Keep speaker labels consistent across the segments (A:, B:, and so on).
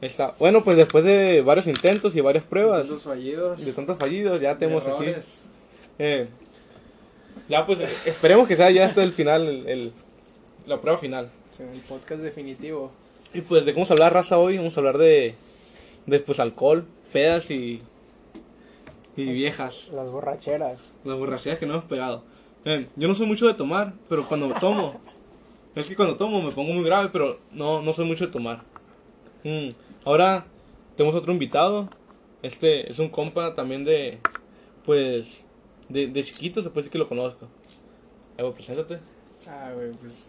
A: Está. Bueno, pues después de varios intentos y varias pruebas,
B: Los fallidos.
A: de tantos fallidos, ya tenemos aquí.
B: errores.
A: eh, ya pues eh, esperemos que sea ya hasta el final, el- el- la prueba final.
B: Sí, el podcast definitivo.
A: Y pues de cómo se hablar raza hoy, vamos a hablar de, de pues alcohol, pedas y, y viejas.
B: Las borracheras.
A: Las borracheras que no hemos pegado. Eh, yo no soy mucho de tomar, pero cuando tomo, es que cuando tomo me pongo muy grave, pero no, no soy mucho de tomar. Mm, Ahora tenemos otro invitado. Este es un compa también de, pues, de, de chiquito, se puede decir que lo conozco. Evo, preséntate.
B: Ah, güey, pues.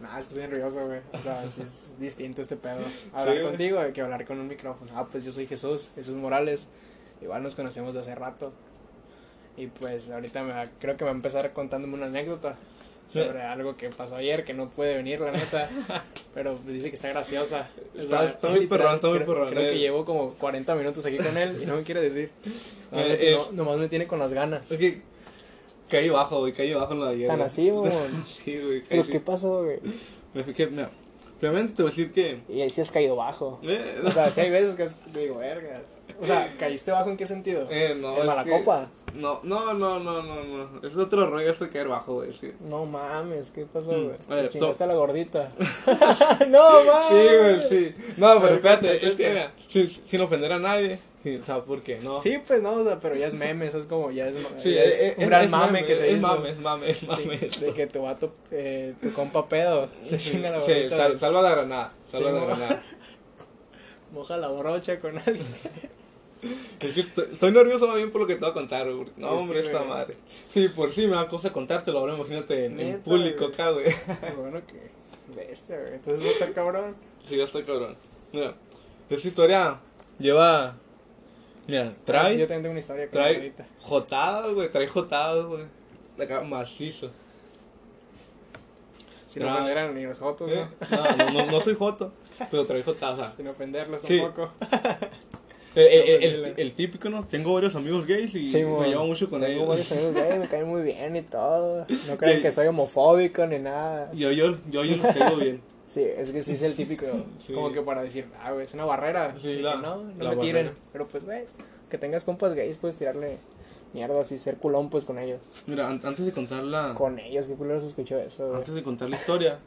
B: Nah, es que estoy nervioso, güey. O sea, sí es distinto este pedo. Hablar
A: güey.
B: contigo hay que hablar con un micrófono. Ah, pues yo soy Jesús, Jesús Morales. Igual nos conocemos de hace rato. Y pues ahorita me va- creo que va a empezar contándome una anécdota sobre algo que pasó ayer que no puede venir, la neta. pero pues, dice que está graciosa. O
A: Está-
B: sea,
A: está muy
B: literal,
A: perrón, está muy
B: creo-
A: perrón,
B: Creo
A: eh.
B: que llevo como 40 minutos aquí con él y no me quiere decir.
A: Eh,
B: Nomás me-
A: es-
B: no- nomás me tiene con las ganas.
A: Es que caí bajo, güey, caí bajo en la hierba.
B: Tan así, mamón.
A: Sí, güey, caí
C: ¿Pero
A: así.
C: qué pasó, güey?
A: Me fijé, mira, Primeramente te voy a decir que...
C: Y ahí sí has caído bajo.
A: eh,
B: O sea, si hay veces que es- digo, vergas. O sea, ¿caíste bajo en qué sentido?
A: eh, no,
B: ¿En
A: es
B: mala
A: que-
B: copa?
A: No, no, no, no, no, no. Es otro rollo este caer bajo, güey, sí.
C: No mames, ¿qué pasó,
A: Mm,
C: güey?
A: a ver,
C: Te
A: to-
C: chingaste a la gordita. no
A: Sí,
C: mames.
A: güey, sí. No, pero espérate, es que, mira, sin, sin ofender a nadie, sí, o sea, ¿por qué? No.
B: Sí, pues no, o sea, pero ya es meme, eso es como, ya es, ma-
A: Sí, eh,
B: ya es, un gran
A: es
B: mame, que se
A: es
B: hizo.
A: mame, es mame, es mame.
B: Sí, de que tu vato, eh, tu compa pedo, se chinga la
A: Sí,
B: gordita.
A: sal-
B: güey.
A: salva la granada, salva
B: Sí,
A: la
B: no.
A: granada.
B: Moja la brocha con alguien.
A: Es que estoy, estoy nervioso más bien por lo que te voy a contar, güey. porque- No,
B: Es que,
A: hombre, esta
B: güey.
A: madre. Sí, por sí me da cosa contártelo ahora, imagínate en, en
B: Neta,
A: público
B: güey.
A: acá, güey.
B: bueno, que bestia, güey. Entonces va a estar cabrón.
A: Sí, ya está cabrón. Mira, esta historia lleva. Mira, trae.
B: Yo también tengo una historia con la
A: Trae
B: gordita.
A: jotadas, güey. Trae jotadas, güey. Acá macizo.
B: Sin
A: trae-
B: ofender ni los jotos,
A: ¿Eh?
B: ¿no?
A: No, no, no, no soy joto, pero trae jotadas. o sea,
B: Sin ofenderlos
A: Sí.
B: tampoco.
A: el, el-
B: no,
A: el-
B: no.
A: el típico, ¿no? Tengo varios amigos gays y
C: Sí,
A: me
C: mon.
A: llevo mucho con
C: Tengo varios
A: ellos.
C: amigos, güey, me cae muy bien y todo. No crean que soy homofóbico ni nada.
A: Yo, yo, yo, yo los tengo bien.
C: Sí, es que sí es el típico.
A: Sí.
B: Como que para decir, ah, güey, es una barrera.
A: Sí,
B: Y que
A: la-
B: no, no
A: la
B: me tiren.
A: barrera.
C: Pero pues, güey, que tengas compas gays, puedes tirarle mierda así, ser culón, pues con ellos.
A: Mira, an- antes de contar
B: Ah.
A: la,
C: Con ellos, qué culero se escuchó eso, güey.
A: antes de contar la historia,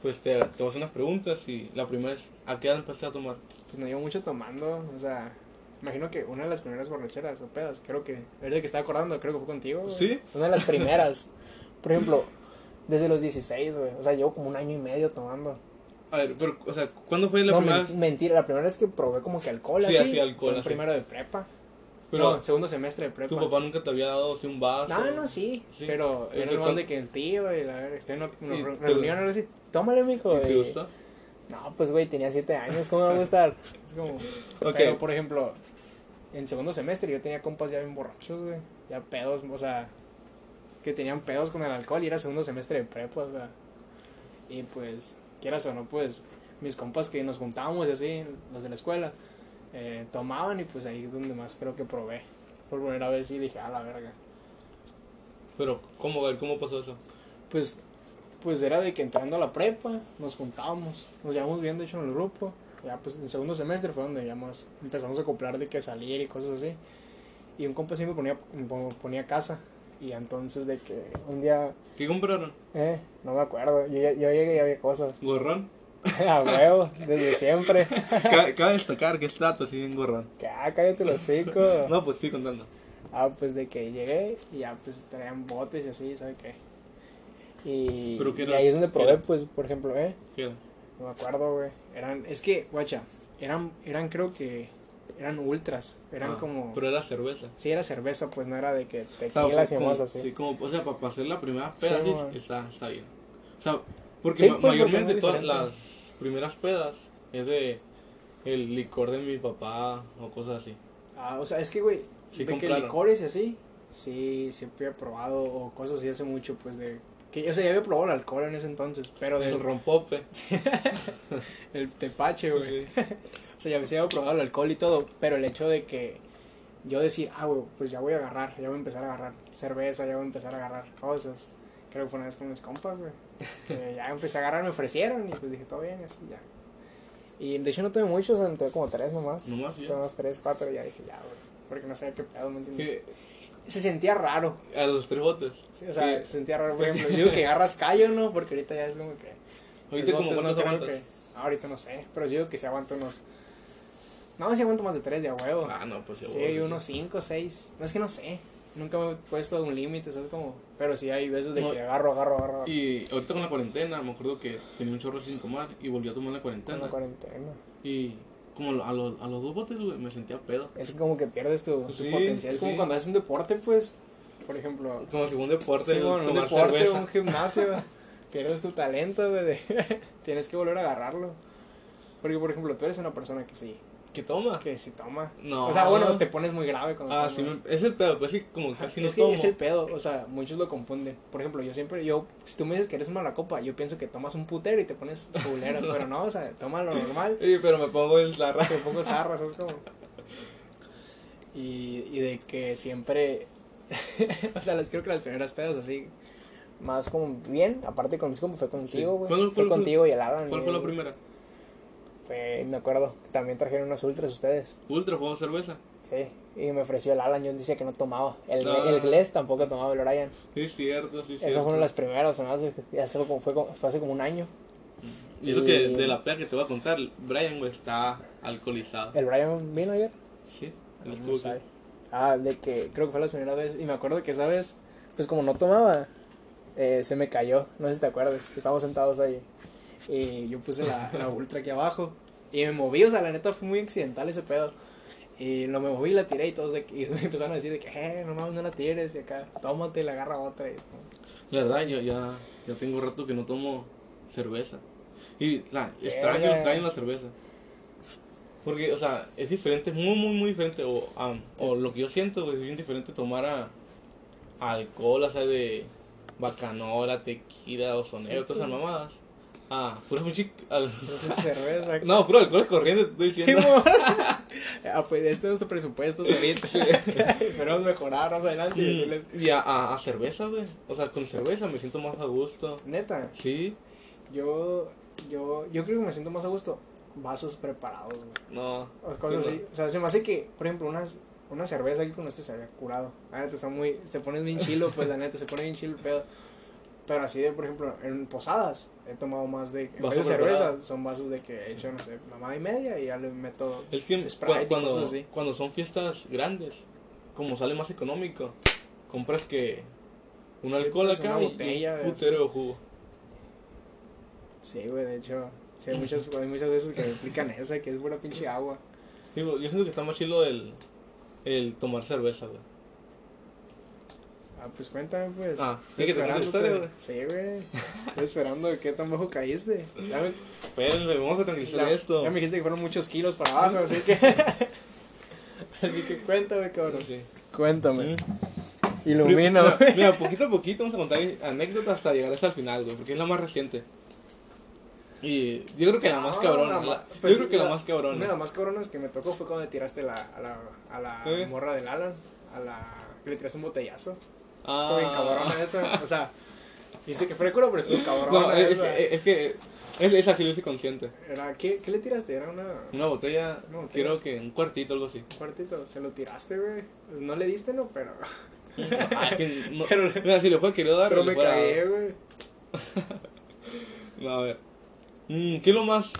A: pues te, te voy a hacer unas preguntas y la primera es, ¿a qué edad empezaste a tomar?
B: Pues no llevo mucho tomando, o sea, imagino que una de las primeras borracheras o pedas, creo que, ahorita que estaba acordando, creo que fue contigo. güey.
A: ¿Sí?
C: Una de las primeras. Por ejemplo, desde los 16, güey. O sea, llevo como un año y medio tomando.
A: A ver, pero, o sea, ¿cuándo fue la
C: no,
A: primera?
C: men- mentira, la primera vez que probé como que alcohol
A: Sí,
C: así.
A: así, alcohol,
B: Fue el
A: así.
B: primero de prepa.
A: Pero
B: no, segundo semestre de prepa.
A: tu papá nunca te había dado así un vaso.
C: Ah, No, no, sí.
A: Sí.
B: Pero
A: Es
B: era
A: el
B: más
A: con-
B: de que el tío y la estoy en una, una
A: Y
B: re-
A: te-
B: reunión ahora sí.
C: Tómale, mijo.
A: ¿Y te
C: y-
A: gustó?
C: No, pues, güey, tenía 7 años. ¿Cómo me va a gustar?
B: Es como,
A: Ok.
B: pero por ejemplo, en segundo semestre yo tenía compas ya bien borrachos, güey, ya pedos, o sea, que tenían pedos con el alcohol y era segundo semestre de prepa, o sea, y pues, quieras o no, pues, mis compas que nos juntábamos y así, los de la escuela, eh, tomaban y pues ahí es donde más creo que probé, por primera vez y dije, a la verga,
A: Pero, ¿cómo, a ver, cómo pasó eso?
B: pues, pues era de que entrando a la prepa nos juntábamos, nos llevamos bien de hecho en el grupo, ya pues en segundo semestre fue donde ya más empezamos a acoplar de que salir y cosas así, y un compa siempre ponía, me po- ponía casa, y entonces de que un día,
A: ¿Qué compraron?
C: Eh, no me acuerdo. Yo, ya- yo llegué y había cosas.
A: ¿Gorrón?
C: A huevo, desde siempre.
A: Ca- Cabe destacar que es dato así bien gorrón.
C: Que, ah, cállate los hocico.
A: No, pues sí, contando.
C: Ah, pues de que llegué y ya pues traían botes y así, ¿sabe qué? Y,
A: ¿Pero qué
C: y
A: era?
C: ahí es donde
A: ¿Qué
C: probé,
A: era?
C: pues, por ejemplo, ¿eh?
A: ¿Qué era?
B: no me acuerdo, güey, eran, es que, guacha, eran, eran creo que, eran ultras, eran
A: Ah,
B: como,
A: Pero era cerveza.
B: sí era cerveza, pues no era de que
A: O sea,
C: tequilas y
A: como-
C: más así.
A: Sí, como, o sea, para hacer la primera
C: Sí,
A: peda sí,
C: man.
A: está, está bien. O sea, porque
C: Sí,
A: ma-
C: pues, porque
A: mayormente
C: es
A: todas las
C: diferente.
A: primeras pedas es de el licor de mi papá o cosas así.
B: Ah, o sea, es que, güey,
A: Sí
B: de que
A: compraron.
B: licores y así, sí, siempre he probado o cosas así hace mucho, pues, de... Que, o sea, ya había probado el alcohol en ese entonces, pero
A: El
B: del,
A: rompope.
B: el tepache, güey.
A: Sí.
B: O sea, ya había- sí había probado el alcohol y todo, pero el hecho de que yo decir, ah, güey, pues ya voy a agarrar, ya voy a empezar a agarrar cerveza, ya voy a empezar a agarrar cosas. Creo que fue una vez con mis compas, güey. que ya empecé a agarrar, me ofrecieron y pues dije, todo bien, y así ya. Y de hecho no tuve muchos, o sea, tuve como tres nomás.
A: Nomás, ya.
B: Tuve unos tres, cuatro, y ya dije, ya, güey. Porque no sabía qué pedo, ¿me entiendes?
A: Que
B: Se sentía raro.
A: a los tres botes.
B: sí, o sea,
A: Sí.
B: se sentía raro. Por ejemplo, yo digo que agarras callo, ¿no? Porque ahorita ya es como que.
A: Ahorita
B: los
A: como
B: botes no
A: cuántos
B: creo
A: aguantas.
B: que- ah, ahorita no sé, pero yo digo que se aguanta unos. No, si aguanto más de tres de a huevo.
A: Ah, no, pues ya
B: Sí,
A: voy,
B: hay
A: sí.
B: unos 5, 6. No es que no sé. Nunca me he puesto un límite, ¿sabes? Como, pero sí hay veces de
A: No.
B: que agarro, agarro, agarro. agarro.
A: Y ahorita con la cuarentena, me acuerdo que tenía un chorro sin tomar y volví a tomar la
B: En
A: cuarentena.
B: la cuarentena.
A: y como a, los- a los dos botes, güey, me sentía pedo.
B: Es que como que pierdes tu, tu
A: Sí,
B: potencial. Es como
A: sí.
B: cuando haces un deporte, pues. Por ejemplo,
A: Como si fue un deporte,
B: sí,
A: el
B: bueno, un
A: tomar
B: deporte,
A: cerveza.
B: un gimnasio. pierdes tu talento, güey. de- Tienes que volver a agarrarlo. Porque, por ejemplo, tú eres una persona que sí,
A: ¿Qué toma?
B: que sí toma.
A: No.
B: O sea, bueno, te pones muy grave cuando
A: Ah,
B: tomas.
A: sí, me- es el pedo, pues es que como
B: Ajá,
A: casi
B: es
A: no
B: que
A: tomo.
B: es el pedo, o sea, muchos lo confunden. Por ejemplo, yo siempre, yo, si tú me dices que eres mala copa, yo pienso que tomas un putero y te pones culero, pero no, o sea, toma lo normal,
A: Oye, pero me pongo en la raza.
B: un poco zarra, ¿sabes cómo? Y, y de que siempre, o sea, las, creo que las primeras pedas así, más como bien, aparte con mis compas, fue contigo,
A: Sí.
B: güey.
A: ¿Cuándo-
B: Fue
A: cuál fue-
B: contigo y el Alan.
A: ¿Cuál
B: y
A: fue
B: él,
A: la primera?
B: Fue, me acuerdo, también trajeron unas ultras ustedes.
A: Ultra, fue cerveza.
B: Sí, y me ofreció el Alan, yo decía que no tomaba. El,
A: Ah.
B: el Gless tampoco tomaba, el Orion.
A: Sí, es cierto, sí, es
B: Esa
A: cierto.
B: fue una de las primeras, ¿no? Hace- ya solo como fue, como- fue hace como un año.
A: Y eso que
B: Y-
A: de la peda que te voy a contar, Brian, güey, está alcoholizado.
B: ¿El Brian vino ayer?
A: Sí, él
B: Eh, No
A: estuvo aquí.
B: sabe. Ah, de que creo que fue la primera vez. Y me acuerdo que esa vez, pues como no tomaba, eh, se me cayó. No sé si te acuerdas. Estábamos sentados ahí. Y yo puse la, la ultra aquí abajo. Y me moví, o sea, la neta fue muy accidental ese pedo. Y lo me moví, la tiré y todos de que, y me empezaron a decir de que, eh, no mames, no la tires. Y acá, tómate y la agarra otra. Y,
A: La verdad, yo ya, ya tengo rato que no tomo cerveza. Y la,
B: Verga.
A: extraño, extraño la cerveza. Porque, o sea, es diferente, es muy, muy, muy diferente. O, am, o lo que yo siento güey, es bien diferente tomar a, a alcohol, o sea, de bacanora, tequila, o sonero, todas esas mamadas. Ah, puro pinche- al-
B: pues, cerveza.
A: No, puro alcohol corriente, te estoy
B: Sí,
A: diciendo.
B: mo. ah, pues este es nuestro presupuesto ahorita. Esperamos mejorar más adelante y decirles.
A: Mm, y a, a- a cerveza, güey. O sea, con cerveza me siento más a gusto.
B: Neta,
A: Sí,
B: yo, yo, yo creo que me siento más a gusto. Vasos preparados, güey.
A: no.
B: O cosas así. O sea, se me hace que, por ejemplo, unas, una cerveza aquí con este se había curado. La neta, está muy, se pone bien chilo, pues la neta, se pone bien chilo el pedo. Pero así de, por ejemplo, en posadas he tomado más de. En vez de
A: Vaso
B: cerveza,
A: preparado.
B: son vasos de que he hecho, no sé, mamá y media y ya le meto.
A: Es que
B: Sprite
A: cua-
B: y
A: cuando,
B: cosas así.
A: cuando son fiestas grandes, como sale más económico, compras que un
B: Sí,
A: alcohol
B: pues,
A: acá
B: una
A: y
B: botella,
A: un
B: ¿ves?
A: putero de jugo.
B: Sí, güey, de hecho, sí, hay muchas, hay muchas veces que me explican esa, que es pura pinche agua.
A: Digo, yo siento que está más chilo el, el tomar cerveza, güey.
B: Ah, pues cuéntame, pues.
A: Ah,
B: estoy
A: sí que te cuente la
B: esperando. pues.
A: historia, güey.
B: Sí, güey. Estoy esperando qué tan bajo caíste. Ya me,
A: Espérenme, vamos a tranquilizar
B: ya-
A: esto.
B: ya me dijiste que fueron muchos kilos para abajo, así que. así que cuéntame, cabrón.
A: Sí.
B: Cuéntame.
A: Mira,
B: Ilumina, güey.
A: mira, poquito a poquito vamos a contar anécdotas hasta llegar hasta el final, güey, porque es la más reciente. Y yo creo que la más
B: No,
A: cabrona.
B: la ma-
A: la-
B: pues,
A: yo creo que la, más cabrona.
B: Una de las más cabronas que me tocó fue cuando le tiraste la, a la, a la
A: ¿Eh?
B: morra del Alan. A la. que le tiraste un botellazo.
A: Ah.
B: Estuvo bien cabrona esa. O sea, dice que fue culo, pero estuvo cabrona.
A: No, eh, es,
B: esa.
A: es- es que es, es así, lo hice consciente.
B: Era- ¿qué, ¿Qué le tiraste? Era una.
A: Una botella,
B: Una botella.
A: creo que un cuartito, algo así.
B: Un cuartito. Se lo tiraste, güey. Pues no le diste, no, pero.
A: Ah, que no-
B: Pero-
A: mira, si le fue querido dar,
B: Pero
A: Ah, le
B: me
A: fuera a dar.
B: cagué, güey.
A: No, a ver. Mm, ¿Qué es lo más,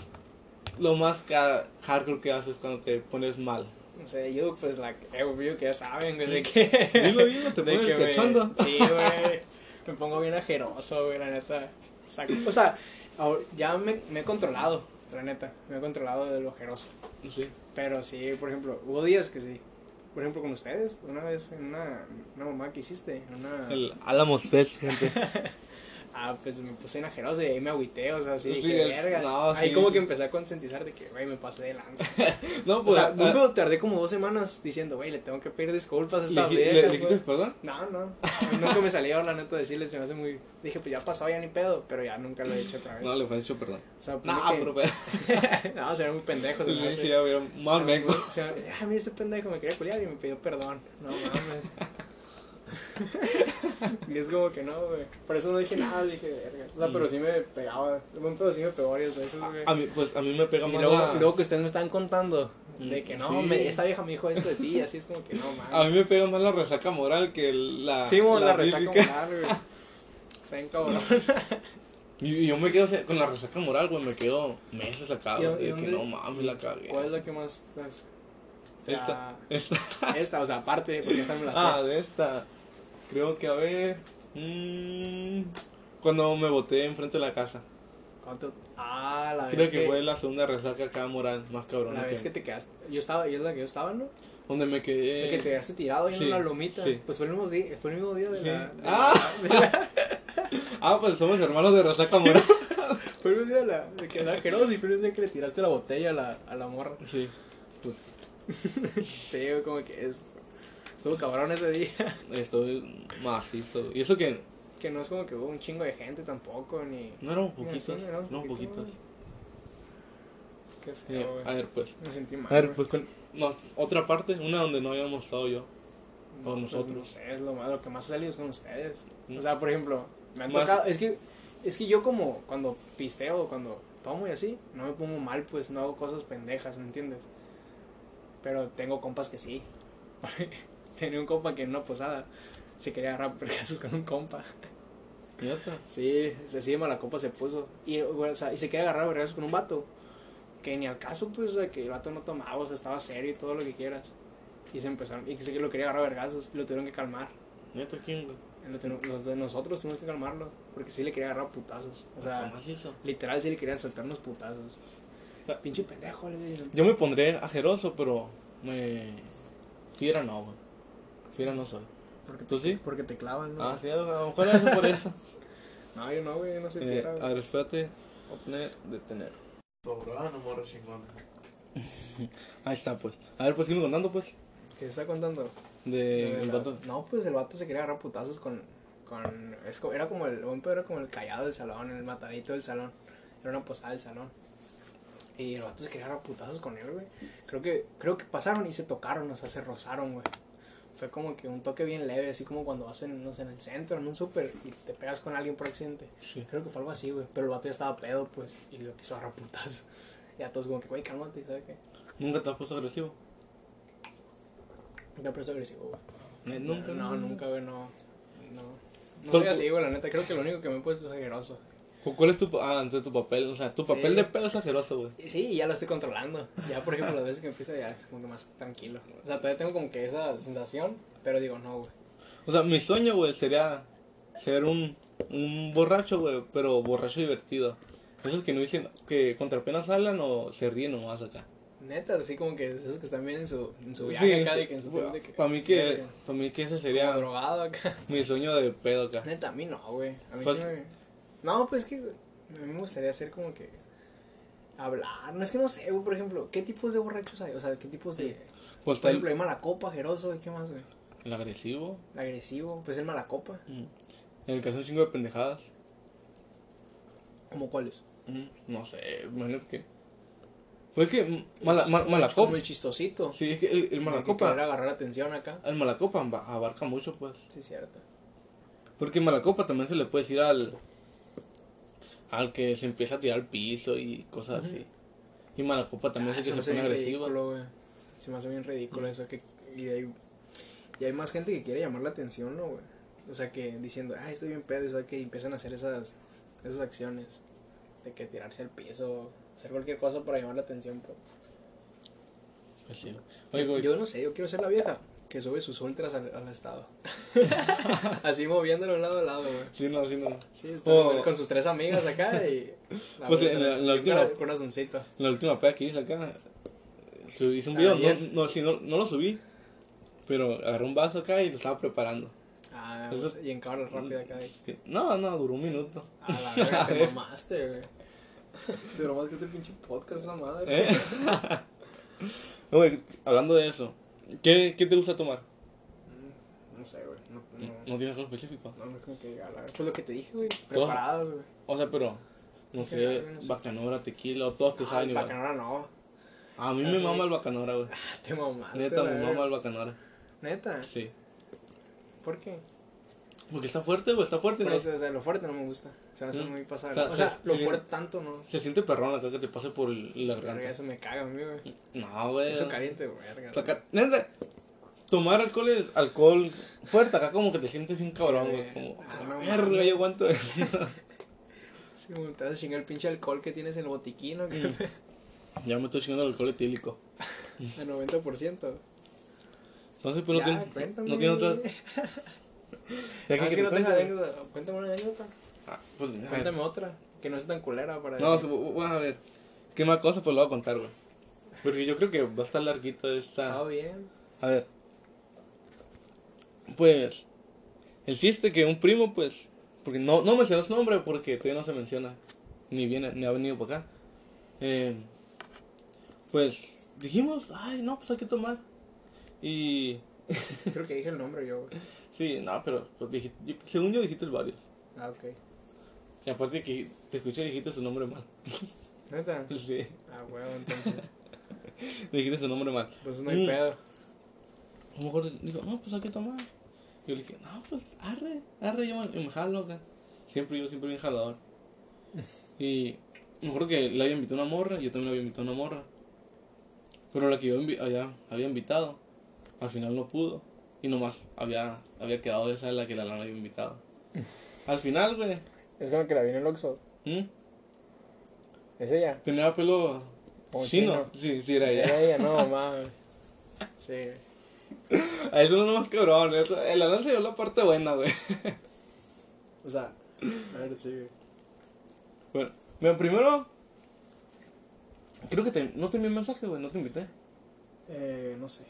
A: lo más ca- hardcore que haces cuando te pones mal?
B: No sé, yo, pues, la. Eh, obvio que ya saben, güey, de que.
A: Dilo, dilo, te
B: de
A: pones
B: que me-
A: cachondo.
B: Sí, güey. Me pongo bien ajeroso, güey, la neta. Saco- o sea, ahor- ya me, me he controlado, la neta. Me he controlado de lo ajeroso.
A: Sí.
B: Pero sí, por ejemplo, hubo días que sí. Por ejemplo, con ustedes, una vez en una, una mamá que hiciste, en una.
A: El Alamos Fest, gente.
B: Ah, pues me puse en ajeroso y ahí me agüité, o sea, sí,
A: Sí,
B: dije,
A: es-
B: verga.
A: no,
B: ahí
A: sí.
B: como que empecé a concientizar de que, güey, me pasé de lanza.
A: No,
B: o
A: pues.
B: sea,
A: ah,
B: nunca tardé como dos semanas diciendo, güey, le tengo que pedir disculpas a pues.
A: le,
B: esta
A: dij-
B: vieja.
A: le- le
B: güey".
A: dijiste perdón?
B: No, no, nunca me salió la neta decirle, se me hace muy... Dije, pues ya pasó, ya ni pedo, pero ya nunca lo he hecho otra vez.
A: No, le fue hecho perdón.
B: O sea,
A: No,
B: ponle que-
A: pero. pero-
B: Pues, no, se ve muy pendejo, se me
A: Sí,
B: hace.
A: sí, ya, mira, mal vengo.
B: "Ah, O sea, ah, mira ese pendejo, me quería culiar y me pidió perdón. No mames. Y es como que no, güey. Por eso no dije nada, dije, verga. O sea,
A: Mm.
B: pero sí me pegaba. De un pedo sí me pegó varias veces, güey.
A: A mí, pues a mí me pega
C: Y
A: más
C: luego,
A: la-
C: luego que ustedes me están contando de
A: Mm,
C: que no,
A: sí.
C: me- esa vieja me dijo esto de ti, así es como que no,
A: A
C: man.
A: mí me pega más la resaca moral que Ah, la.
B: Sí, mo, la, resaca
A: física.
B: moral, güey. Está en cabrón.
A: Y y yo me quedo o sea, con la resaca moral, güey, me quedo meses acá,
B: ¿Y a-
A: güey,
B: y
A: de que
B: dónde-
A: no mames, la cagué.
B: ¿Cuál es la que más estás?
A: Esta,
B: La-
A: esta.
B: Esta, o sea, aparte, porque esta me la sé.
A: Ah, de esta. Creo que a ver. mm, cuando me boté enfrente de la casa.
B: ¿Cuánto? Ah, la
A: Creo
B: vez
A: que, fue la segunda resaca acá moral, más cabrón.
B: La vez que te quedaste, yo estaba, yo es la que yo estaba, ¿no?
A: Donde me
B: La
A: quedé.
B: que te quedaste tirado ahí
A: Eh, sí,
B: en una lomita.
A: sí.
B: Pues fue el mismo día, fue el mismo día de
A: Sí.
B: la. de
A: Ah. Ah, pues somos hermanos de resaca moral.
B: la- Fue el mismo día de la. De que la Jeroz y fue el mismo día que le tiraste la botella a la, a la morra.
A: Sí.
B: Sí, güey, como que es- estuvo cabrón ese día.
A: Estoy macizo. Y eso que
B: Que no es como que hubo un chingo de gente tampoco, ni.
A: no éramos
B: ni así,
A: poquitos.
B: no éramos Ah,
A: No, poquitos.
B: güey. Qué
A: Sí,
B: feo,
A: a
B: güey.
A: ver, pues.
B: Me sentí mal.
A: A ver,
B: güey.
A: pues con. No, otra parte, una donde no habíamos estado yo.
B: No,
A: o
B: pues,
A: nosotros.
B: no sé, es lo, más- lo que más ha salido es con ustedes.
A: Mm.
B: O sea, por ejemplo, me han
A: Más-
B: tocado. Es que, es que yo, como cuando pisteo, cuando tomo y así, no me pongo mal, pues no hago cosas pendejas, ¿me entiendes? Pero tengo compas que sí. Tenía un compa que en una posada se quería agarrar pergazos con un compa.
A: Neta.
B: Sí, se sí, la copa se puso. Y, güey, o sea, y se quería agarrar vergazos con un vato. Que ni al caso, pues, o sea, que el vato no tomaba, o sea, estaba serio y todo lo que quieras. Y se empezaron, y que se que lo quería agarrar a vergazos, y lo tuvieron que calmar.
A: Neta, ¿quién, güey?
B: Lo tenu- Los de nosotros tuvimos que calmarlo, porque sí le quería agarrar a putazos. O sea,
A: Jamás hizo.
B: literal sí le querían soltar unos putazos. Pinche pendejo, le dicen.
A: Yo me pondré ajeroso, pero me. Fiera no, güey. Fiera no soy.
B: Porque
A: ¿Tú sí?
B: Porque te clavan, ¿no?
A: Ah, sí, a lo mejor es por eso.
B: No, yo no, güey, yo no soy
A: Eh,
B: fiera,
A: a
B: güey.
A: ver, espérate. Obtener, detener.
D: Sobrano, morro chingón.
A: Ahí está, pues. A ver, pues sigue contando, pues.
B: ¿Qué se está contando?
A: De.
B: Eh,
A: el
B: la-
A: vato.
B: No, pues el vato se quería agarrar putazos con. con es como- era como el. Un pedo era como el callado del salón, el matadito del salón. Era una posada del salón. Y el vato se quería agarrar putazos con él, güey. Creo que, creo que pasaron y se tocaron, o sea, se rozaron, güey. Fue como que un toque bien leve, así como cuando vas en, no sé, en el centro, en un súper, y te pegas con alguien por accidente.
A: Sí.
B: Creo que fue algo así, güey. Pero el vato ya estaba pedo, pues, y lo quiso agarrar putazos. Y a todos como que, güey, cálmate, ¿sabes qué?
A: Nunca te has puesto agresivo.
B: Nunca presto agresivo, güey.
A: Ne-
B: Eh, Nunca, no, nunca, güey, no. No.
A: ¿Cuál
B: No soy
A: tu-
B: así, güey, la neta. Creo que lo único que me he puesto es ajeroso.
A: ¿Cu- ¿Cuál es tu. pa- Ah, entonces tu papel. O sea, tu
B: Sí.
A: papel de pedo es ajeroso, güey.
B: Y Sí, ya lo estoy controlando. Ya, por ejemplo, las veces que me piso ya es como que más tranquilo. O sea, todavía tengo como que esa sensación, pero digo, no, güey.
A: O sea, mi sueño, güey, sería ser un, un borracho, güey, pero borracho divertido. Esos que no dicen, que contra penas hablan o se ríen nomás acá.
B: Neta, así como que esos que están bien en su, en su viaje acá, de que en su trip de
A: para mí que,
B: de
A: para mí que ese
B: como
A: sería
B: drogado acá.
A: mi sueño de pedo acá.
B: Neta, a mí no, güey. A mí
A: Pues-
B: sí me... No, pues que güey, a mí me gustaría hacer como que... Hablar, no es que no sé, güey, por ejemplo, ¿qué tipos de borrachos hay? O sea, ¿qué tipos de...?
A: Pues
B: Por
A: está
B: ejemplo,
A: el,
B: hay malacopa, ajeroso, ¿y qué más, güey?
A: el agresivo,
B: agresivo, pues el mala copa.
A: mm, el que hace un chingo de pendejadas.
B: ¿Como cuáles?
A: mm, No sé, imagínate que. Pues es que mm, mala, ma- malacopa.
B: Como el chistosito.
A: Sí, es que el, el
B: Que querer
A: malacopa.
B: agarrar atención acá.
A: El malacopa amba- abarca mucho, pues.
B: Sí, cierto.
A: Porque malacopa también se le puede decir al. al que se empieza a tirar al piso y cosas así. Y malacopa también es el
B: Ah,
A: que se
B: me hace
A: pone
B: bien
A: agresivo.
B: ridículo, güey. Se me hace bien ridículo eso. Que, y, hay, y hay más gente que quiere llamar la atención, ¿no, güey? O sea, que diciendo, ay, estoy bien pedo. O sea, que empiezan a hacer esas, esas acciones. De que tirarse al piso, hacer cualquier cosa para llamar la atención. pues.
A: Pues sí. Oye, güey,
B: Yo no sé, yo quiero ser la vieja que sube sus ultras al, al estado. Así moviéndolo de lado a lado, güey.
A: Sí, no, sí, no.
B: Sí, está
A: Oh.
B: con sus tres amigas acá y.
A: Pues, en la- en la
B: y un
A: última-
B: cora- corazoncito.
A: La última peda que hice acá, subí,
B: Ah,
A: hice un video,
B: Ayer.
A: no, no, sí, no, no lo subí, pero agarré un vaso acá y lo estaba preparando.
B: Ah,
A: Eso-
B: pues, y en cámara rápida acá. y-
A: No, no, duró un minuto.
B: A la verga, te mamaste, güey. Pero más que este pinche podcast, esa madre.
A: ¿Eh? No, güey, hablando de eso, ¿qué, ¿qué te gusta tomar?
B: No sé, güey. No, no,
A: No tienes algo específico.
B: no, no es como que diga, la verdad. Pues lo que te dije, güey.
A: Todo.
B: Preparados, güey.
A: O sea, pero, no sé, bacanora, tequila, todos te
B: Ah,
A: saben
B: el
A: igual.
B: bacanora no.
A: A mí me
B: ¿Sabes?
A: mama el bacanora, güey.
B: Te mamaste.
A: Neta,
B: Ah, la
A: me
B: verga.
A: mama el bacanora.
B: Neta.
A: Sí.
B: ¿Por qué?
A: Porque está fuerte, güey, está fuerte.
B: Por
A: ¿no?
B: eso, o sea, lo fuerte no me gusta. Se me hace
A: Mm.
B: muy pasado.
A: O sea,
B: O sea,
A: sí,
B: lo
A: sí.
B: fuerte tanto no.
A: Se siente perrón acá que te pase por el- la
B: Verga,
A: garganta.
B: eso me caga a mí, güey.
A: Eh, No, güey.
B: Eso caliente, güey. verga.
A: Acá- neta, Tomar alcohol es alcohol fuerte, acá como que te sientes bien cabrón, güey. Como, "Ah, la verga, yo aguanto.
B: Sí, güey, te vas a chingar el pinche alcohol que tienes en el botiquín, ¿no?
A: Mm. ya me estoy chingando el alcohol etílico.
B: A 90%.
A: Entonces, pues no
B: Ya,
A: tiene,
B: cuéntame.
A: no tiene otra. ¿Ya
B: No,
A: que
B: es que no tengo
A: cuente?
B: anécdota. Cuéntame una anécdota.
A: Ah, pues, a ver.
B: Cuéntame otra. Que no es tan culera para.
A: No, vamos a ver. ¿Qué más cosa? Pues lo voy a contar, güey. Porque yo creo que va a estar larguito esta.
B: Todo bien.
A: A ver. Pues. El chiste que un primo, pues. Porque no, no mencionó su nombre porque todavía no se menciona. Ni viene, ni ha venido para acá. Eh, pues dijimos, ay, no, pues hay que tomar. Y.
B: Creo que dije el nombre yo, güey.
A: Sí, no, pero pues, dij- yo- según yo dijiste varios.
B: Ah, ok.
A: Y aparte que te escuché, dijiste su nombre mal.
B: ¿Neta?
A: Sí,
B: Ah, huevo, entonces.
A: dijiste su nombre mal.
B: Pues no hay
A: Mm.
B: pedo.
A: A lo mejor dijo, no, pues hay que tomar. Yo le dije, no, pues arre, arre, yo me, yo me jalo acá. Siempre yo, siempre bien jalador. Y me acuerdo que le había invitado una morra, yo también le había invitado una morra. Pero la que yo invi- había, había invitado, al final no pudo. Y nomás había, había quedado esa de la que la lana había invitado. Al final, güey,
C: Es como que la vi en el Oxxo.
A: ¿m?
C: ¿Es ella?
A: tenía pelo
C: Como
A: chino. Sí, sí, era ella.
C: Era ella, no, mames.
B: Sí.
A: A eso no lo más cabrón. Eso, el Alan se dio la parte buena, güey.
B: O sea, a ver, sí, güey.
A: Bueno, mira, primero. Creo que te, no te envié mensaje, güey, no te invité.
B: Eh, no sé.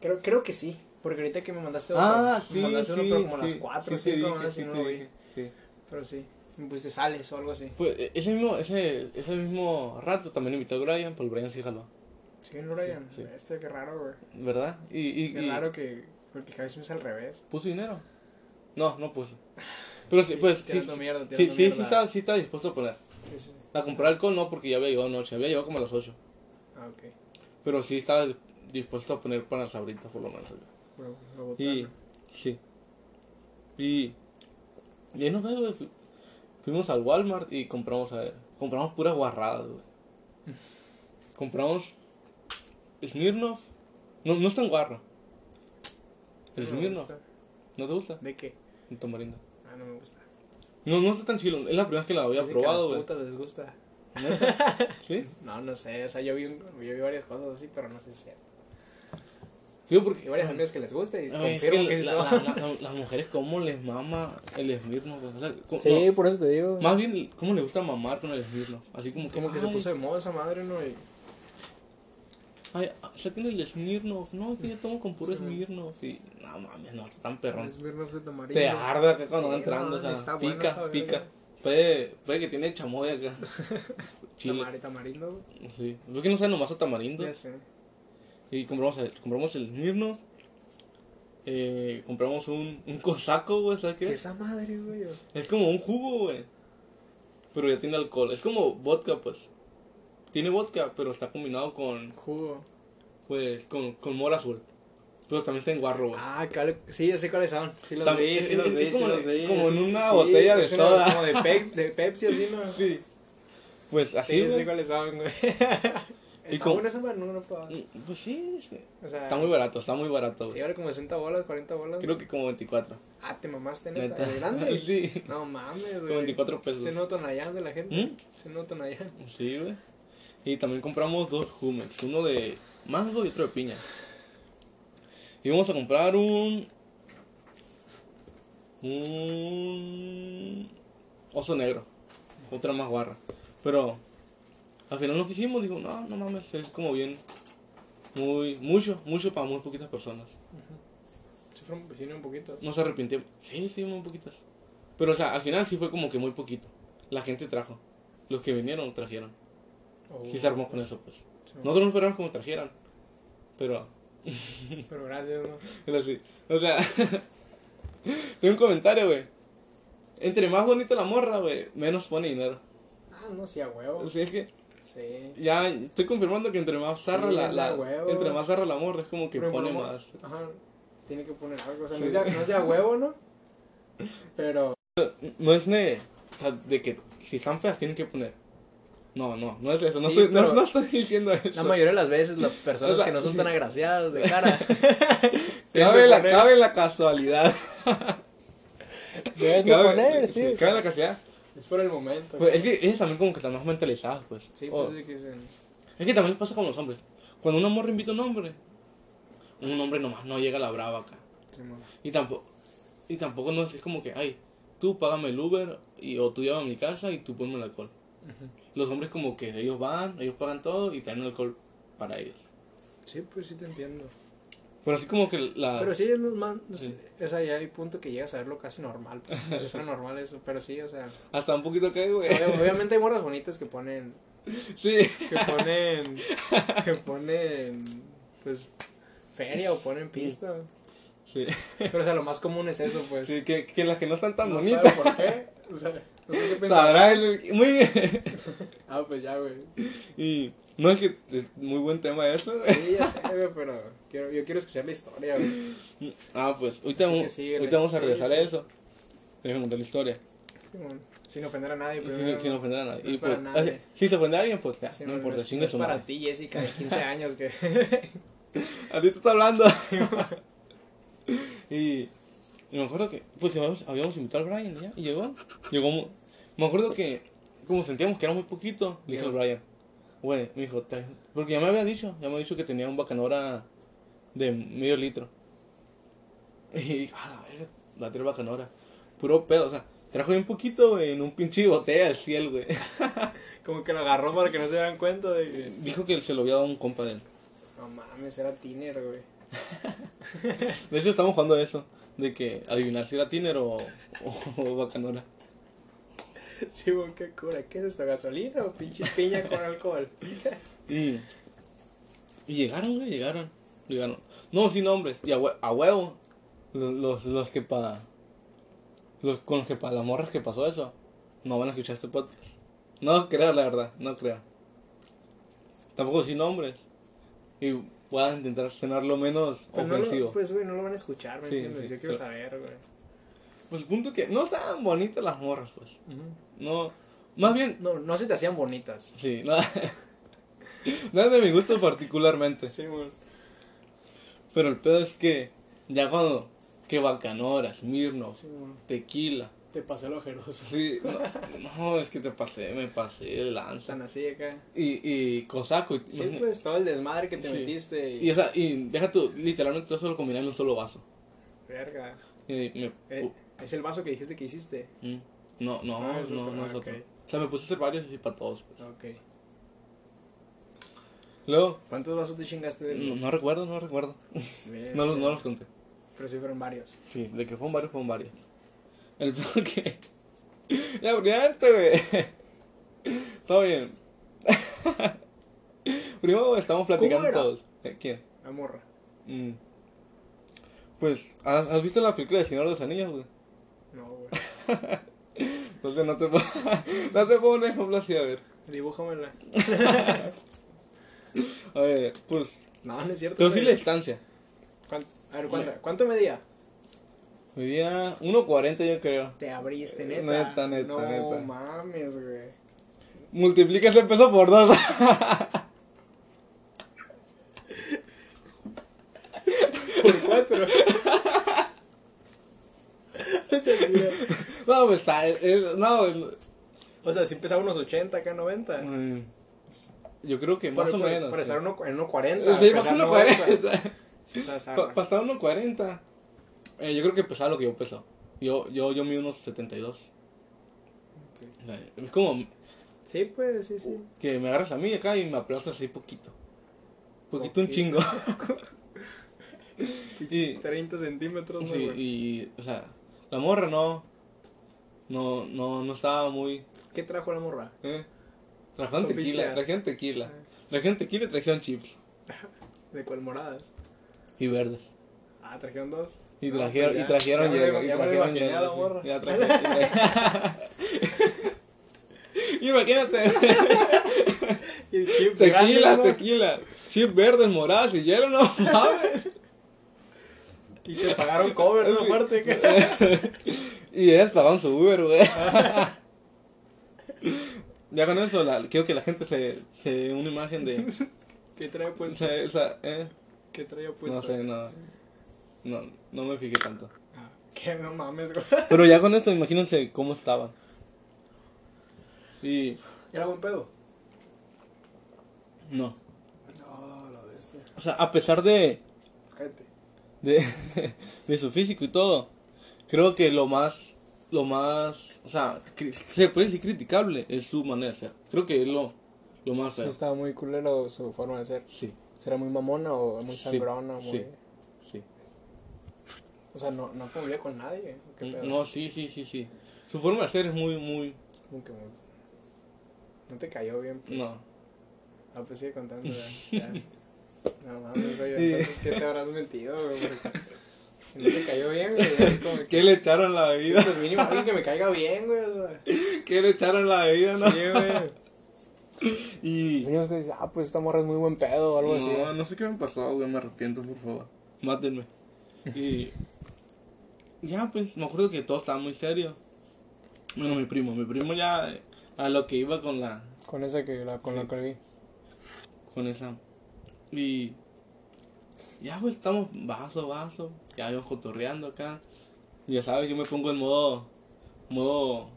B: Creo, creo que sí. Porque ahorita que me mandaste
A: Ah,
B: me
A: sí,
B: mandaste
A: sí.
B: uno, pero como
A: sí,
B: a las 4 o
A: sí, te
B: 5
A: dije, sí,
B: no
A: te
B: lo vi.
A: dije, sí.
B: Pero sí. Me pusiste sales o algo así.
A: Pues e- ese mismo, ese, ese mismo rato también invité a Brian, pues Brian sí jaló,
B: Sí, en Ryan.
A: Sí, sí.
B: Este, qué raro, güey.
A: ¿verdad? Y, y,
B: Qué
A: y
B: raro que. Porque Javier es al revés.
A: puso dinero. No, no puso. Pero sí, pues sí,
B: Tirando mierda,
A: sí,
B: tirando
A: sí,
B: mierda.
A: sí está, sí está dispuesto a poner.
B: Sí, sí.
A: A comprar alcohol no, porque ya había llegado noche, había llegado como a las 8.
B: Ah, ok.
A: Pero sí estaba dispuesto a poner para las ahorita, por lo menos. güey.
B: Bueno, lo botaron.
A: Y, sí. Y, y ahí nos ves, güey. Fu- Fuimos al Walmart y compramos, a ver, compramos puras guarradas, güey. Compramos Smirnoff. No, no es tan guarro. El
B: No me
A: Smirnoff.
B: gusta.
A: ¿No te gusta?
B: ¿De qué?
A: El tamarindo.
B: Ah, no me gusta.
A: No, no está tan chilo. Es la primera vez que la había
B: Dicen que
A: probado,
B: A
A: güey.
B: las putas les gusta.
A: ¿Neta? ¿Sí?
B: No, no sé. O sea, yo vi, un- yo vi varias cosas así, pero no sé si es cierto.
A: Digo,
B: Y
A: porque...
B: varios amigos que les gusta y
A: Ah. Ay, es que
B: confirmo que, sí
A: la-
B: son.
A: la- la- la- las mujeres, ¿cómo les mama el Smirnoff? güey? O sea, ¿cómo-
C: Sí,
A: no,
C: por eso te digo.
A: más bien, ¿cómo le gusta mamar con el Smirnoff? Así como que...
B: Como que se
A: ay,
B: puso de moda esa madre, ¿no? Y
A: Ay, saquen el Smirnoff. No, que yo tomo con puro
B: Sí, man.
A: Smirnoff. Y no mames, no, está tan perrón.
B: Es Smirnoff de tamarindo.
A: Te arda acá cuando
B: Sí,
A: va entrando.
B: no,
A: o sea,
B: está bueno
A: pica,
B: esa
A: pica.
B: verga.
A: Puede, puede que tiene chamoy acá. Chile.
B: Tamari- tamarindo, güey.
A: Sí. Yo que no sabe nomás a tamarindo.
B: Ya sé.
A: Y compramos el, compramos el Smirnoff. Eh, compramos un, un cosaco, güey, ¿sabes qué?
B: ¿Qué esa madre, güey?
A: Es como un jugo, güey. Pero ya tiene alcohol. Es como vodka, pues. Tiene vodka, pero está combinado con,
B: Jugo.
A: pues, con, con mora azul. Pero también está en guarro, güey.
B: Ah, claro. Sí, ya sé cuáles son. Sí los
A: También-
B: vi, sí
A: es-
B: los
A: es
B: vi, sí
A: como
B: los
A: de-
B: vi.
A: como en
B: Sí,
A: una
B: sí,
A: botella de
B: es una-
A: soda.
B: Como de, Pep- de Pepsi, así, ¿no? Sí,
A: Sí. Pues así.
B: ya sé
A: güey.
B: cuáles son, güey. Está
A: como-
B: buena esa madre, no no he probado.
A: Mm, Pues sí, sí.
B: O sea,
A: Está muy barato, está muy barato.
B: Ah. Sí,
A: güey.
B: vale como 60 bolas, 40 bolas.
A: Creo que como 24.
B: Ah, te mamaste, neta.
A: Neta.
B: ¿De grande?
A: Sí.
B: No mames,
A: Como
B: güey.
A: 24
B: Se
A: pesos.
B: notan allá de la gente.
A: ¿Mm?
B: Se notan allá.
A: Sí, güey. Y también compramos dos Humex, uno de mango y otro de piña. Y vamos a comprar un. Un. Oso negro. Otra más guarra. Pero. Al final lo que hicimos, digo, no, no mames, es como bien. Muy. Mucho, mucho para muy poquitas personas.
B: Se fueron vecinos un poquito.
A: Nos arrepentimos. Sí, sí, muy poquitas. Pero, o sea, al final sí fue como que muy poquito. La gente trajo. Los que vinieron trajeron.
B: Oh,
A: Sí se armó con eso, pues.
B: sí,
A: Nosotros no esperábamos como trajeran. Pero,
B: Pero gracias, ¿no?
A: pero sí. O sea, tengo un comentario, güey. Entre más bonita la morra, güey, menos pone dinero.
B: Ah, no, sí, a huevo.
A: O sea, es que
B: Sí.
A: ya estoy confirmando que entre más zarra
B: Sí,
A: la,
B: es la
A: la-
B: huevo.
A: entre más zarra la morra es como que
B: Pero
A: pone
B: como-
A: más.
B: Ajá. tiene que poner algo. O sea,
A: Sí.
B: no, es de, a- no es de a huevo, ¿no? Pero.
A: No es de, o sea, de que si están feas tienen que poner. No, no, no es eso. No,
C: Sí,
A: estoy, no,
C: pero-
A: no estoy diciendo eso.
C: La mayoría de las veces las personas
A: O sea,
C: que no son tan agraciadas de cara
A: cabe, la,
B: poner-
A: cabe la casualidad.
C: deben de
A: Cabe,
C: poner, sí.
A: Cabe la casualidad.
B: Es por el momento.
A: Pues es que ellos también como que están más mentalizados, pues.
B: Sí,
A: O-
B: pues de que se-
A: Es que también pasa con los hombres. Cuando una morra invita a un hombre, un hombre nomás no llega a la brava acá.
B: se mo-
A: Y tampoco, y tampoco no es, es como que, ay, tú págame el Uber y, o tú llévame a mi casa y tú ponme el alcohol. Los hombres como que ellos van, ellos pagan todo y traen el alcohol para ellos.
B: Sí, pues sí te entiendo.
A: Pero así como que la...
B: Pero sí, es los más.
A: Ah. Sí.
B: O sea, ya hay punto que llegas a verlo casi normal. pues, Como si fuera normal eso. Pero sí, o sea.
A: Hasta un poquito cae, güey.
B: obvia- Obviamente hay morras bonitas que ponen.
A: Sí.
B: Que ponen. Que ponen. Pues. Feria o ponen pista.
A: Sí.
B: Pero, o sea, lo más común es eso, pues.
A: Sí, que, que las que no están tan
B: No sabe
A: bonitas.
B: por qué. O sea, no sé qué pensar.
A: Sabrá el... Muy bien.
B: Ah, pues ya, güey.
A: Y no es que... Es muy buen tema eso, güey.
B: Sí, ya sé, güey, pero quiero, yo quiero escuchar la historia, güey.
A: Ah, pues, ahorita,
B: Así que
A: vamos,
B: síguele,
A: ahorita vamos a
B: síguele,
A: regresar a
B: síguele.
A: eso. Déjame contar la historia.
B: Simón, sin ofender a nadie,
A: Y
B: pero.
A: Sin, sin ofender a nadie.
B: No es
A: Y
B: para
A: pues,
B: nadie.
A: así- si se ofende a alguien, pues ya, no importa,
B: es, no
A: chingue
B: es
A: su
B: para
A: madre.
B: ti, Jessica, de 15 años, que.
A: A ti te está hablando. y, y me acuerdo que, pues habíamos, habíamos invitado al Brian ya, y llegó. Llegó, mu- me acuerdo que, como sentíamos que era muy poquito, le dije al Brian, güey, me dijo, "Trae-". porque ya me había dicho, ya me había dicho que tenía un bacanora de medio litro. Y dije, a la verga, va a tener bacanora. Puro pedo, o sea, trajo bien poquito, güey, en un pinche botella del cielo, güey.
B: Como que lo agarró para que no se dieran cuenta de que.
A: Dijo que se lo había dado a un compa de él.
B: No mames, era tiner, güey.
A: De hecho, estamos jugando a eso. De que adivinar si era Tiner o, o, o Bacanora.
B: Sí, güey, qué cura. ¿Qué es esto, gasolina o pinche piña con alcohol? Mm.
A: Y, y llegaron, güey, llegaron. Llegaron. No, sin nombres. Y a, hue- a huevo. Los, los, los que pa. Los, con los que pa. Las morras que pasó eso. No van a escuchar este podcast. No creo, la verdad. No creo. Tampoco sin nombres. Y voy a intentar sonar lo menos
B: Pues, no
A: ofensivo.
B: lo, pues, güey, no lo van a escuchar, ¿me
A: Sí,
B: entiendes?
A: sí,
B: yo quiero
A: sí.
B: saber, güey.
A: Pues el punto que. No estaban bonitas las morras, pues. No. Más bien,
B: No, no se te hacían bonitas.
A: Sí, nada. nada de mi gusto particularmente.
B: Sí, güey.
A: Pero el pedo es que ya cuando. Que bacanoras, mirnos,
B: Sí, güey.
A: tequila.
B: Te pasó el ojeroso.
A: Sí, no, no, es que te pasé, me pasé el lanza.
B: Están así acá.
A: Y, y cosaco. Y,
B: Sí, pues todo el desmadre que te
A: Sí.
B: metiste y,
A: y, o sea, y deja tú, literalmente todo eso lo combiné en un solo vaso.
B: verga.
A: Y me-
B: Eh, es el vaso que dijiste que hiciste.
A: mm, no, no,
B: Ah,
A: no,
B: es
A: no,
B: otro, ah,
A: es
B: ok.
A: otro. O sea, me puse a hacer varios y para todos. pues.
B: Ok.
A: Luego,
B: ¿Cuántos vasos te chingaste de
A: no,
B: esos?
A: no recuerdo, no recuerdo.
B: Bestia.
A: Mm. No, los- no los conté.
B: Pero sí fueron varios.
A: Sí, de que fueron varios, fueron varios. El peor que. Ya, brillante, güey. Todo bien. Primero estamos platicando
B: ¿Cómo era?
A: todos. Eh, ¿Quién?
B: La morra.
A: Mm. Pues, ¿has, has visto la película de Señor de los Anillos, güey?
B: No, güey.
A: Entonces no te puedo, no te puedo un ejemplo así, a ver.
B: Dibújamela.
A: A ver, pues,
B: No, no es cierto.
A: te sí
B: güey.
A: la distancia.
B: ¿Cuán- A ver, ¿cuánta- ¿cuánto medía?
A: Medía 1.40 yo creo.
B: Te abriste,
A: Eh,
B: neta.
A: neta, neta,
B: No
A: neta.
B: mames, güey.
A: Multiplica ese peso por dos.
B: Por cuatro. O sea, sí, güey.
A: no, pues está, es- es- no, es-
B: o sea, si empezaba unos 80, acá 90.
A: Mm, Yo creo que más
B: Por-
A: o
B: por-
A: menos.
B: Por estar
A: sí.
B: uno, en 1.40.
A: Sí, más
B: pesar
A: o menos
B: 90.
A: 40.
B: Sí, está zarra.
A: Pa- Para estar uno 40. eh, yo creo que pesaba lo que yo peso. Yo, yo, yo mido unos 72. O sea, es como
B: Sí, pues, sí, sí.
A: que me agarras a mí acá y me aplastas así poquito. Poquito, un
B: Poquito.
A: chingo. y,
B: 30 centímetros,
A: sí,
B: güey.
A: y, o sea, la morra no. No, no, no estaba muy.
B: ¿Qué trajo la morra?
A: Eh. Trajeron
B: Con
A: tequila,
B: pistear.
A: trajeron tequila.
B: Ah.
A: Trajeron tequila y trajeron chips.
B: ¿De cuál moradas?
A: Y verdes.
B: Ah, trajeron dos.
A: Y
B: No,
A: trajeron,
B: pues
A: y
B: ya.
A: trajeron
B: Ya me-
A: hielo, y
B: ya me
A: trajeron
B: imaginé a la
A: hielo, sí.
B: morra.
A: Ya traje- y traje- Imagínate,
B: Y chip grande,
A: tequila,
B: ¿no?
A: tequila, chip verdes, moradas y hielo, no mames.
B: Y te pagaron cover, ¿no? Aparte, que-
A: Y ellas pagaban su Uber, güey. ya con eso, la- quiero que la gente se, se dé una imagen de.
B: ¿Qué trae puesto?
A: se- esa- eh,
B: ¿Qué trae puesto?
A: no sé, no, no. No me fijé tanto.
B: Ah, que no mames, güey.
A: Pero ya con esto, imagínense cómo estaban. Y.
B: ¿Era buen pedo?
A: No.
B: No, la bestia. Pues
A: O sea, a pesar de.
B: Cállate.
A: de, de su físico y todo. Creo que lo más, lo más, o sea, cri- se puede decir criticable es su manera de ser. Creo que es lo, lo más
C: Sí,
A: feo.
C: estaba muy culero su forma de ser.
A: Sí,
C: ¿Será muy mamona o muy
A: Sí,
C: sangrona? muy-
A: sí. sí.
B: O sea, no, no convivía con nadie. ¿eh? ¿Qué pedo?
A: Mm, No, sí, sí, sí, sí. Su forma de ser es muy, muy,
B: Como que muy- No te cayó bien, pues.
A: no.
B: Ah, pues sigue contando, ya. ya. No mames, güey. Entonces, ¿qué te habrás mentido, güey? Porque Si no te cayó bien, güey. es como que-
A: ¿Qué le echaron la bebida?
B: Pues mínimo alguien que me caiga bien, güey. O sea.
A: ¿Qué le echaron la bebida? No?
B: Sí, güey.
A: Y...
C: Venimos con dice, ah, pues esta morra es muy buen pedo o algo así.
A: No, no sé qué me pasó, güey, me arrepiento, por favor. Mátenme. Y. Ya, pues, me acuerdo que todo estaba muy serio. Bueno, mi primo, mi primo ya eh, a lo que iba con la.
C: Con esa que la, con la que vi.
A: con esa. Y. Ya, güey, estamos vaso, vaso. Ya íbamos cotorreando acá. Ya sabes, yo me pongo en modo. modo.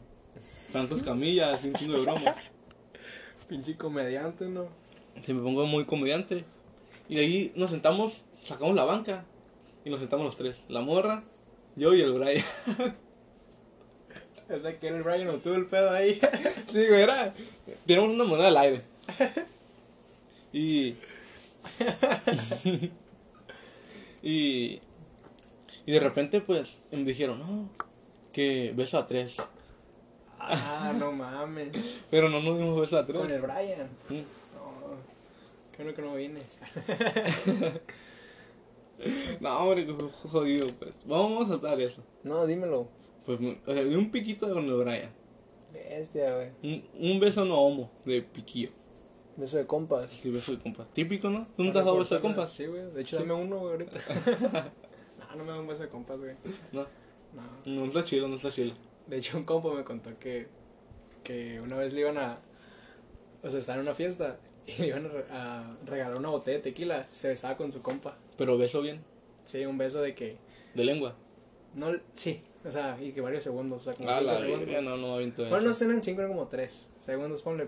A: Santos Camilla, así un chingo de broma.
B: Pinche comediante, ¿no?
A: se me pongo muy comediante. Y de ahí nos sentamos, sacamos la banca y nos sentamos los tres. La morra, yo y el Brian.
B: O sea, que el Brian o tú el pedo ahí.
A: Sí, güey, era... Tenemos una moneda al aire. Y... y... Y de repente, pues, me dijeron, no, que beso a tres.
B: Ah, no mames.
A: Pero no nos dimos beso a
B: Con
A: tres.
B: el Brian.
A: Sí.
B: No. Qué bueno que no vine.
A: No, hombre, jodido, pues. Vamos a saltar eso.
C: No, dímelo.
A: Pues, o sea, un piquito con el Brian.
C: Bestia, güey.
A: Un, un beso no homo, de piquillo.
C: Beso de compas.
A: Sí, beso de compas. Típico, ¿no? ¿Tú no te has dado beso de compas?
B: Sí, güey. De hecho, dame uno, güey, ahorita. no, no me da un beso de compas, güey.
A: No, no
B: No.
A: está chido, no está chido.
B: De hecho, un compa me contó que, que una vez le iban a. O sea, estaban en una fiesta y le iban a, re- a regalar una botella de tequila. Se besaba con su compa.
A: Pero beso bien,
B: Sí, un beso de que.
A: de lengua.
B: No, sí, o sea, y que varios segundos. O sea, como
A: Ah,
B: cinco
A: la
B: segundos.
A: verga, no, no me aviento
B: Bueno, no
A: eso.
B: sé, eran cinco, eran como tres segundos, ponle.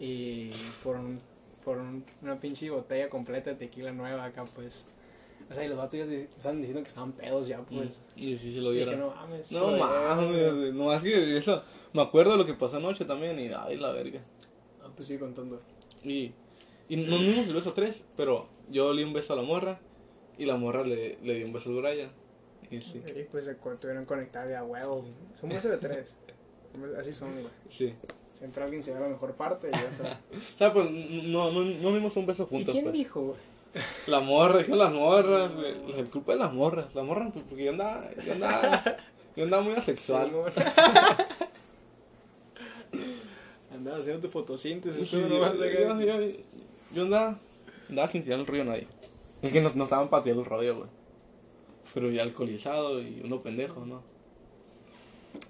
B: Y por, un, por un- una pinche botella completa de tequila nueva acá, pues. O sea, y los vatos ya se- estaban diciendo que estaban pedos ya,
A: Mm,
B: pues.
A: Y si se lo
B: Y dije,
A: dieron.
B: no mames.
A: No
B: joder, güey.
A: mames, no así de eso. Me acuerdo de lo que pasó anoche también y ay la verga.
B: Ah, pues sigue contando.
A: Y, y nos dimos el beso tres, pero yo le di un beso a la morra y la morra le, le dio un beso al Brian. Y sí,
B: Y pues se co- tuvieron conectados de a huevo. Son besos de tres. Así son, güey.
A: sí.
B: Siempre alguien se ve la mejor parte y otra.
A: O sea, pues no, no, no dimos un beso
B: ¿Y
A: juntos.
B: quién
A: pues.
B: dijo, güey?
A: La morra, dijo las morras, güey. O sea, el culpa de las morras. La morra, pues, porque yo andaba, yo andaba, yo andaba muy asexual.
B: Simón. Andaba haciendo tu fotosíntesis, tú
A: Sí,
B: nomás
A: yo,
B: acá.
A: yo- yo- yo andaba, andaba sin tirar el rollo a nadie. Es que nos, nos estaban pateando el rollo, güey. Pero ya alcoholizado y uno pendejo, ¿no?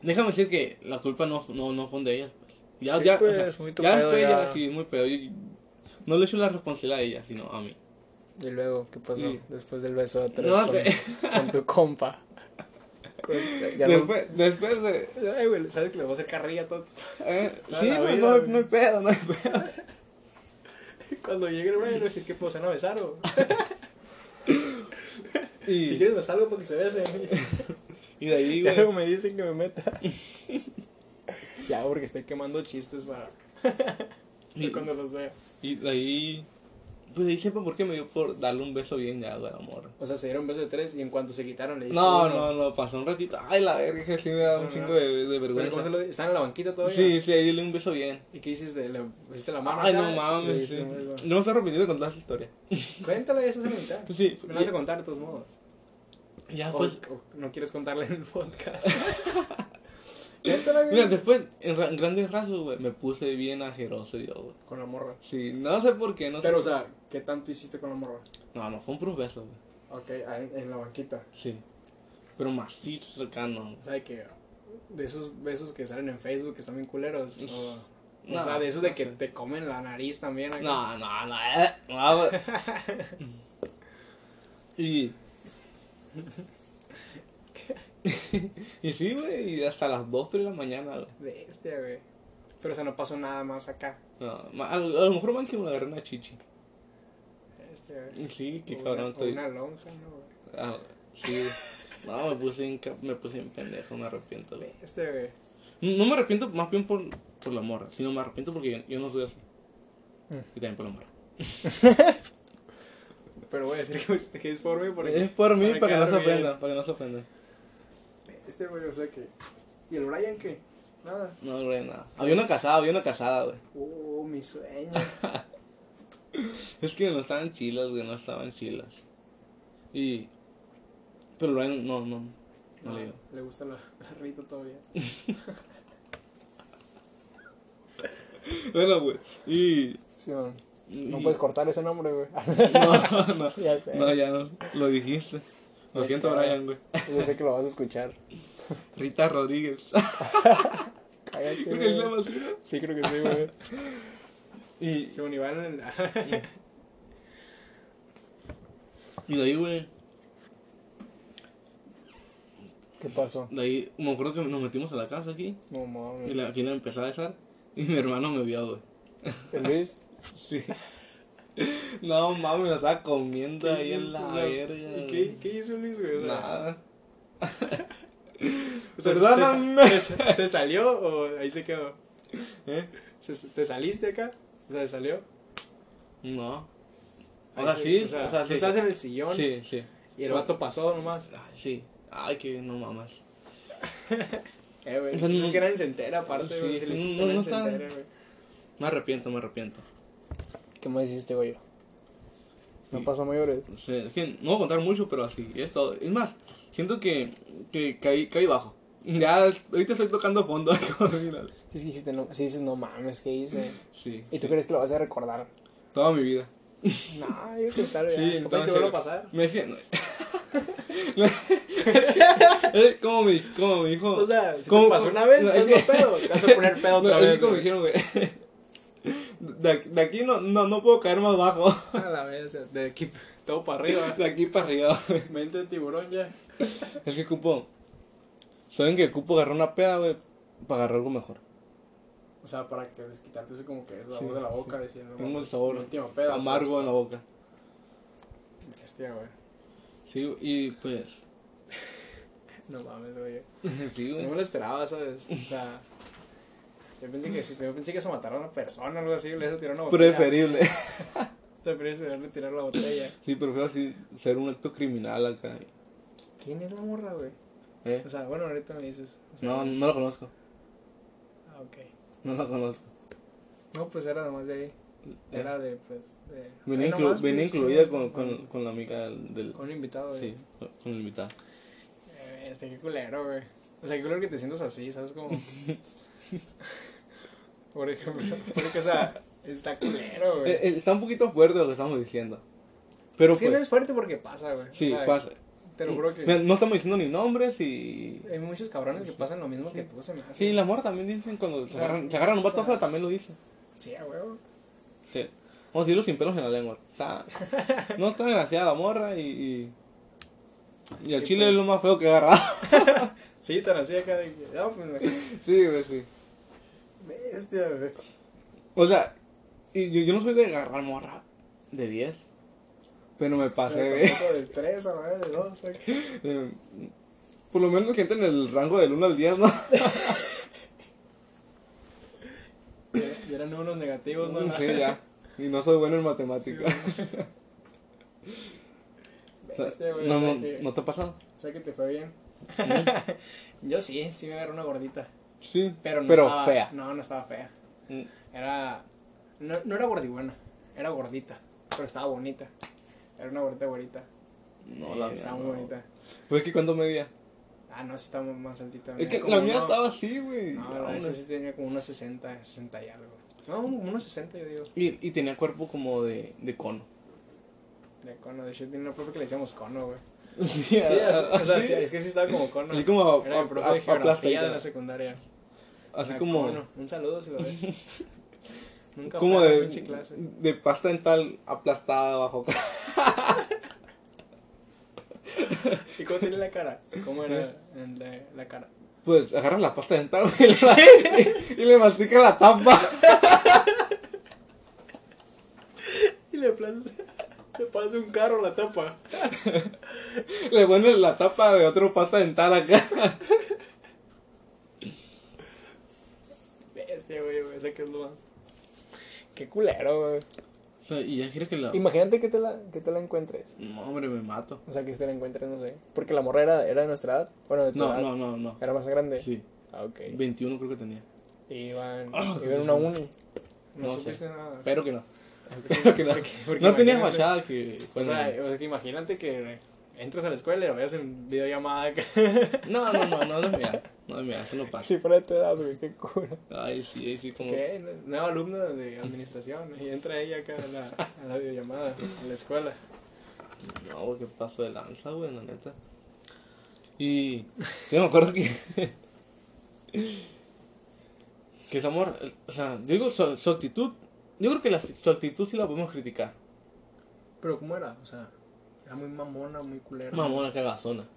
A: Déjame decir que la culpa no, no, no fue de ellas, pues. Ya,
C: Sí,
A: ya,
C: pues,
A: o sea,
C: muy tu
A: ya
C: pedo,
A: después
C: ya.
A: ya, sí, muy pedo. Yo- no le echo la responsabilidad a ella, sino a mí.
C: Y luego, ¿qué pasó?
A: Sí.
C: Después del beso de tres
A: No
C: con,
A: sé.
C: con tu compa. Con- ya no-
A: Después, después de...
B: Ay, güey, ¿sabes que le voy a hacer carrilla todo?
A: eh,
B: Toda
A: sí,
B: la
A: pues,
B: vida,
A: no, hay-
B: güey.
A: no hay pedo, no hay pedo.
B: Cuando llegue el Brian, le voy a decir que pues se van a besar, o
A: Y,
B: si quieres besar algo porque se besen.
A: y de ahí,
B: Y
A: güey...
B: luego me dicen que me meta. ya, porque estoy quemando chistes para
A: y-
B: cuando los vea.
A: Y de ahí. Pues de ahí sepa por qué me dio por darle un beso bien ya, güey, amor.
B: O sea, se dieron besos de tres y en cuanto se quitaron le diste
A: No, no,
B: uno.
A: no, pasó un ratito. Ay, la verga, que sí me da un
B: No,
A: chingo
B: no.
A: de, de
B: Pero ¿cómo se
A: vergüenza.
B: lo di- ¿Están en la banquita todavía?
A: Sí, sí, ahí le di un beso bien.
B: ¿Y qué dices? De, ¿Le pusiste la mano?
A: Ay,
B: acá?
A: no
B: Le
A: mames.
B: diste
A: sí.
B: un beso.
A: No me estoy arrepintiendo de contar esa historia. Pues
B: Cuéntala, ya estás en mitad.
A: Sí,
B: Me lo vas a contar de todos modos.
A: ya
B: O-
A: pues.
B: o oh, no quieres contarle en el podcast. Cuéntala, güey.
A: Mira, después, en, ra- en grandes rasgos, güey, me puse bien ajeroso yo, güey.
B: Con la morra.
A: Sí, no sé por qué, no sé.
B: Pero, o sea, ¿qué tanto hiciste con la morra?
A: No, no, fue un puro beso, güey.
B: Ok, ahí en la banquita.
A: Sí. Pero macizo acá no.
B: O sea, de que de esos besos que salen en Facebook que están bien culeros. O,
A: No,
B: o sea, de esos de
A: no
B: que
A: sé.
B: te comen la nariz también. acá.
A: No, no, no. eh, no, güey. y. y sí, güey, y hasta las 2, 3 de la mañana, güey.
B: Bestia, güey. Pero o sea, no pasó nada más acá.
A: No, ma- a, lo a lo mejor máximo le agarré una chichi.
B: Bestia, güey.
A: Y Sí, qué
B: O
A: cabrón
B: una, o
A: estoy.
B: Una lonja, ¿no, güey?
A: Ah, sí. No, me puse en, me puse en pendejo, me arrepiento, güey.
B: Bestia, güey.
A: No me arrepiento más bien por, por la morra, sino me arrepiento porque yo, yo no soy así.
B: Mm.
A: Y también por la morra.
B: Pero voy a decir que, que es por mí porque.
A: Es por mí,
B: para
A: para que no se
B: quedar bien.
A: ofendan, para que no se ofendan.
B: Este güey, o sea que. ¿Y el Brian qué? Nada.
A: No, güey, nada. Había una casada, había una casada, güey.
B: Oh, mi sueño.
A: Ah, Es que no estaban chilas, güey, no estaban chilas. Y... Pero bueno, no, no, no, le digo.
B: le gusta la, la Rita todavía.
A: Bueno, güey, y...
C: Sí, man. No
A: y-
C: puedes cortar ese nombre, güey.
A: No, no,
C: ya sé.
A: no, ya no, lo dijiste. Lo
C: Ya
A: siento,
C: está.
A: Brian, güey.
C: Yo sé que lo vas a escuchar.
A: Rita Rodríguez.
C: Cállate,
A: Creo que se
C: güey.
A: llama así, ¿no?
C: Sí, creo que sí, güey.
A: Y...
B: Según Iván, en la-
A: Y de ahí, güey,
C: ¿Qué pasó?
A: de ahí, me acuerdo que nos metimos a la casa aquí.
C: No
A: Y
C: mames.
A: la, aquí la empecé a besar. Y mi hermano me vio, güey.
C: ¿El Luis?
A: Sí. No, mami, me la estaba comiendo ahí en la
B: O sea,
A: verga.
B: ¿Y
A: güey.
B: qué, qué hizo Luis, güey? O sea,
A: Nada.
B: o sea, se-
A: Perdóname.
B: Se, se- se salió o ahí se quedó?
A: ¿Eh?
B: Se- se- ¿Te saliste acá? O sea, ¿se salió?
A: No. O
B: Ahí
A: sea,
B: se-
A: sí,
B: O sea,
A: o sea, sí.
B: estás en el sillón
A: Sí, sí.
B: y el vato pasó nomás.
A: Ay, sí. Ay, que no mamas.
B: Eh, güey.
A: O sea,
B: pues
A: no-
B: es que nadie se entera, aparte,
A: Sí,
B: güey. Si le
A: no-
B: hiciste
A: no-
B: nadie
A: no
B: se
A: está-
B: entera, güey.
A: Me arrepiento, me arrepiento.
C: ¿Qué más hiciste, güey? No
A: Sí.
C: pasó mayores.
A: O sea, es que no voy a contar mucho, pero así. Es todo. Es más, siento que, que caí, caí bajo. Ya, es- ahorita estoy tocando fondo. como mira.
C: Si es que dijiste, no, si dices, no mames, ¿qué hice?
A: sí.
C: ¿Y tú crees que lo vas a recordar?
A: Toda mi vida.
C: No, yo que estar
A: Sí,
C: bien.
B: ¿Capaz
A: entonces-
B: te vuelve a pasar?
A: Me decía. no. Eh, ¿Cómo me, cómo me dijo?
B: O sea, si
A: ¿Cómo-
B: te pasó
A: cómo-
B: una vez,
A: no,
B: no,
A: es
B: es
A: que-
B: pedo. Te vas a poner pedo
A: No,
B: otra
A: es que
B: vez.
A: como
B: güey.
A: dijeron, güey. De, ac- de aquí no, no, no puedo caer más bajo.
B: A la vez, o sea,
A: este,
B: de aquí, todo para arriba. ¿eh?
A: De aquí para arriba.
B: Mente de tiburón ya.
A: Es que Cupo. Saben que Cupo agarró una peda, güey. Para agarrar algo mejor.
B: O sea, para que desquitarte ese como que es
A: Sí,
B: sabor de la boca,
A: sí.
B: diciendo.
A: Tengo el
B: "Mi
A: sabor
B: última peda,
A: amargo en la boca.
B: pues". Bestia, güey.
A: Sí, y pues.
B: No mames, güey.
A: Sí,
B: No
A: güey.
B: me lo esperaba, ¿sabes? O sea. Yo pensé que, sí, yo pensé que eso matara a una persona o algo así, le hizo tirar una botella.
A: Preferible.
B: Preferible darle tirar la botella.
A: Sí, prefiero así ser un acto criminal acá.
B: ¿Quién es la morra, güey?
A: ¿Eh?
B: O sea, bueno, ahorita me dices. O sea,
A: No, no lo conozco.
B: Ah, ok.
A: No lo conozco.
B: No, pues era nomás de ahí.
A: Eh.
B: Era de, pues. De,
A: Venía,
B: Ahí
A: inclu-
B: nomás,
A: venía
B: pues,
A: incluida
B: sí,
A: con, con, con la amiga del... del-
B: con un invitado, güey.
A: sí, con con el invitado.
B: Eh, Este, qué culero, güey. O sea, qué culero que te sientas así, ¿sabes? Como. Por ejemplo, porque, o sea, está culero, güey.
A: Eh, eh, está un poquito fuerte lo que estamos diciendo. Pero
B: es que no
A: pues,
B: es fuerte porque pasa, güey. O
A: sí,
B: sea,
A: pasa.
B: Te lo juro que.
A: Mira, no estamos diciendo ni nombres y...
B: Hay muchos cabrones que pasan lo mismo que tú, se me hace.
A: Sí, las morras también dicen cuando se
B: sea,
A: agarran, se agarran un vato
B: o sea-
A: feo, también lo dicen.
B: Sí, a huevo.
A: Sí. Vamos a decirlo sin pelos en la lengua. Está, no está desgraciada la morra y... Y, y el
B: Y
A: chile
B: pues-
A: es lo más feo que agarra.
B: Sí, tan así acá de que. No, pues me.
A: sí, güey, sí.
B: Bestia, güey.
A: O sea, y yo, yo no soy de agarrar morra de 10. Pero me pasé,
B: Pero
A: güey.
B: tampoco de tres a la vez de dos, o sea, que-
A: Eh, Por lo menos gente en el rango del 1 al 10, ¿no?
B: Y eran unos negativos, Pues ¿no?
A: Sí, ya. Y no soy bueno en matemáticas.
B: Bestia, Este, güey.
A: no,
B: o sea
A: no,
B: que-
A: ¿no te ha pasado?
B: O sea que te fue bien. Yo sí, sí me agarré una gordita.
A: Sí,
B: Pero no estaba,
A: fea.
B: No, no estaba fea.
A: Mm.
B: Era. No, no era gordibuena, era gordita. Pero estaba bonita. Era una gordita bonita.
A: No,
B: Eh,
A: la mía.
B: Estaba muy
A: no.
B: bonita.
A: Pues es que cuando medía.
B: Ah, no, sí estaba más altita.
A: Es que
B: Era como
A: la mía
B: uno-
A: estaba así, güey.
B: No,
A: Aún
B: la mía
A: así.
B: Ah, sí tenía como unos 60, 60 y algo. No, como unos 60, yo digo.
A: Y, y tenía cuerpo como de, de cono.
B: De cono, de hecho tiene una profe que le decíamos cono, güey.
A: Sí,
B: Sí,
A: a-
B: o sea,
A: así,
B: sí, es que sí estaba como cono.
A: así como
B: Era mi
A: a-
B: profe
A: a-
B: de geografía de
A: aplastadita.
B: la secundaria.
A: Así
B: Era
A: como,
B: cono. Un saludo si lo ves. Nunca
A: como
B: fue a la
A: de,
B: pinche clase.
A: de pasta dental aplastada bajo.
B: ¿Y cómo tiene la cara? ¿Cómo era en la, la cara?
A: Pues agarra la pasta dental güey, y, la- y le mastica la tapa.
B: Y le planta, le pasa un carro la tapa.
A: Le pone la tapa de otro pasta dental acá.
B: Bestia, güey, güey, ese que es lo más.
C: Qué culero, güey.
A: y ya quiere que la.
C: Imagínate que te, la, que te la encuentres.
A: No, hombre, me mato.
C: O sea, que te la encuentres, no sé. Porque la morra era, era de nuestra edad. Bueno, de tu
A: No,
C: edad.
A: no, no, no.
C: Era más grande.
A: Sí,
C: Ah, ok.
A: 21 creo que tenía.
C: Iban,
A: Ah,
C: iban a una uni.
B: No,
A: No sé.
B: supiste nada.
A: Espero que no.
B: Espero
A: que no.
B: porque
A: No tenías
B: imagínate-
A: fachada Pues que.
B: O sea,
A: bueno,
B: o sea, que imagínate que entras a la escuela y lo veas en videollamada. acá.
A: no, no, no, no, no es mía. No es mía, eso no pasa.
C: Si fuera de tu edad, güey, qué cura.
A: Ay, sí, ay, sí, como.
B: ¿Qué? Nueva alumna de administración. Y entra ella acá a la, a la videollamada, a la escuela.
A: No, güey, qué paso de lanza, güey, la neta. Y yo me acuerdo que. que esa morra, o sea, yo digo su, su actitud. Yo creo que la, su actitud sí la podemos criticar.
B: Pero ¿cómo era? O sea, era muy mamona, muy culera.
A: Mamona cagazona.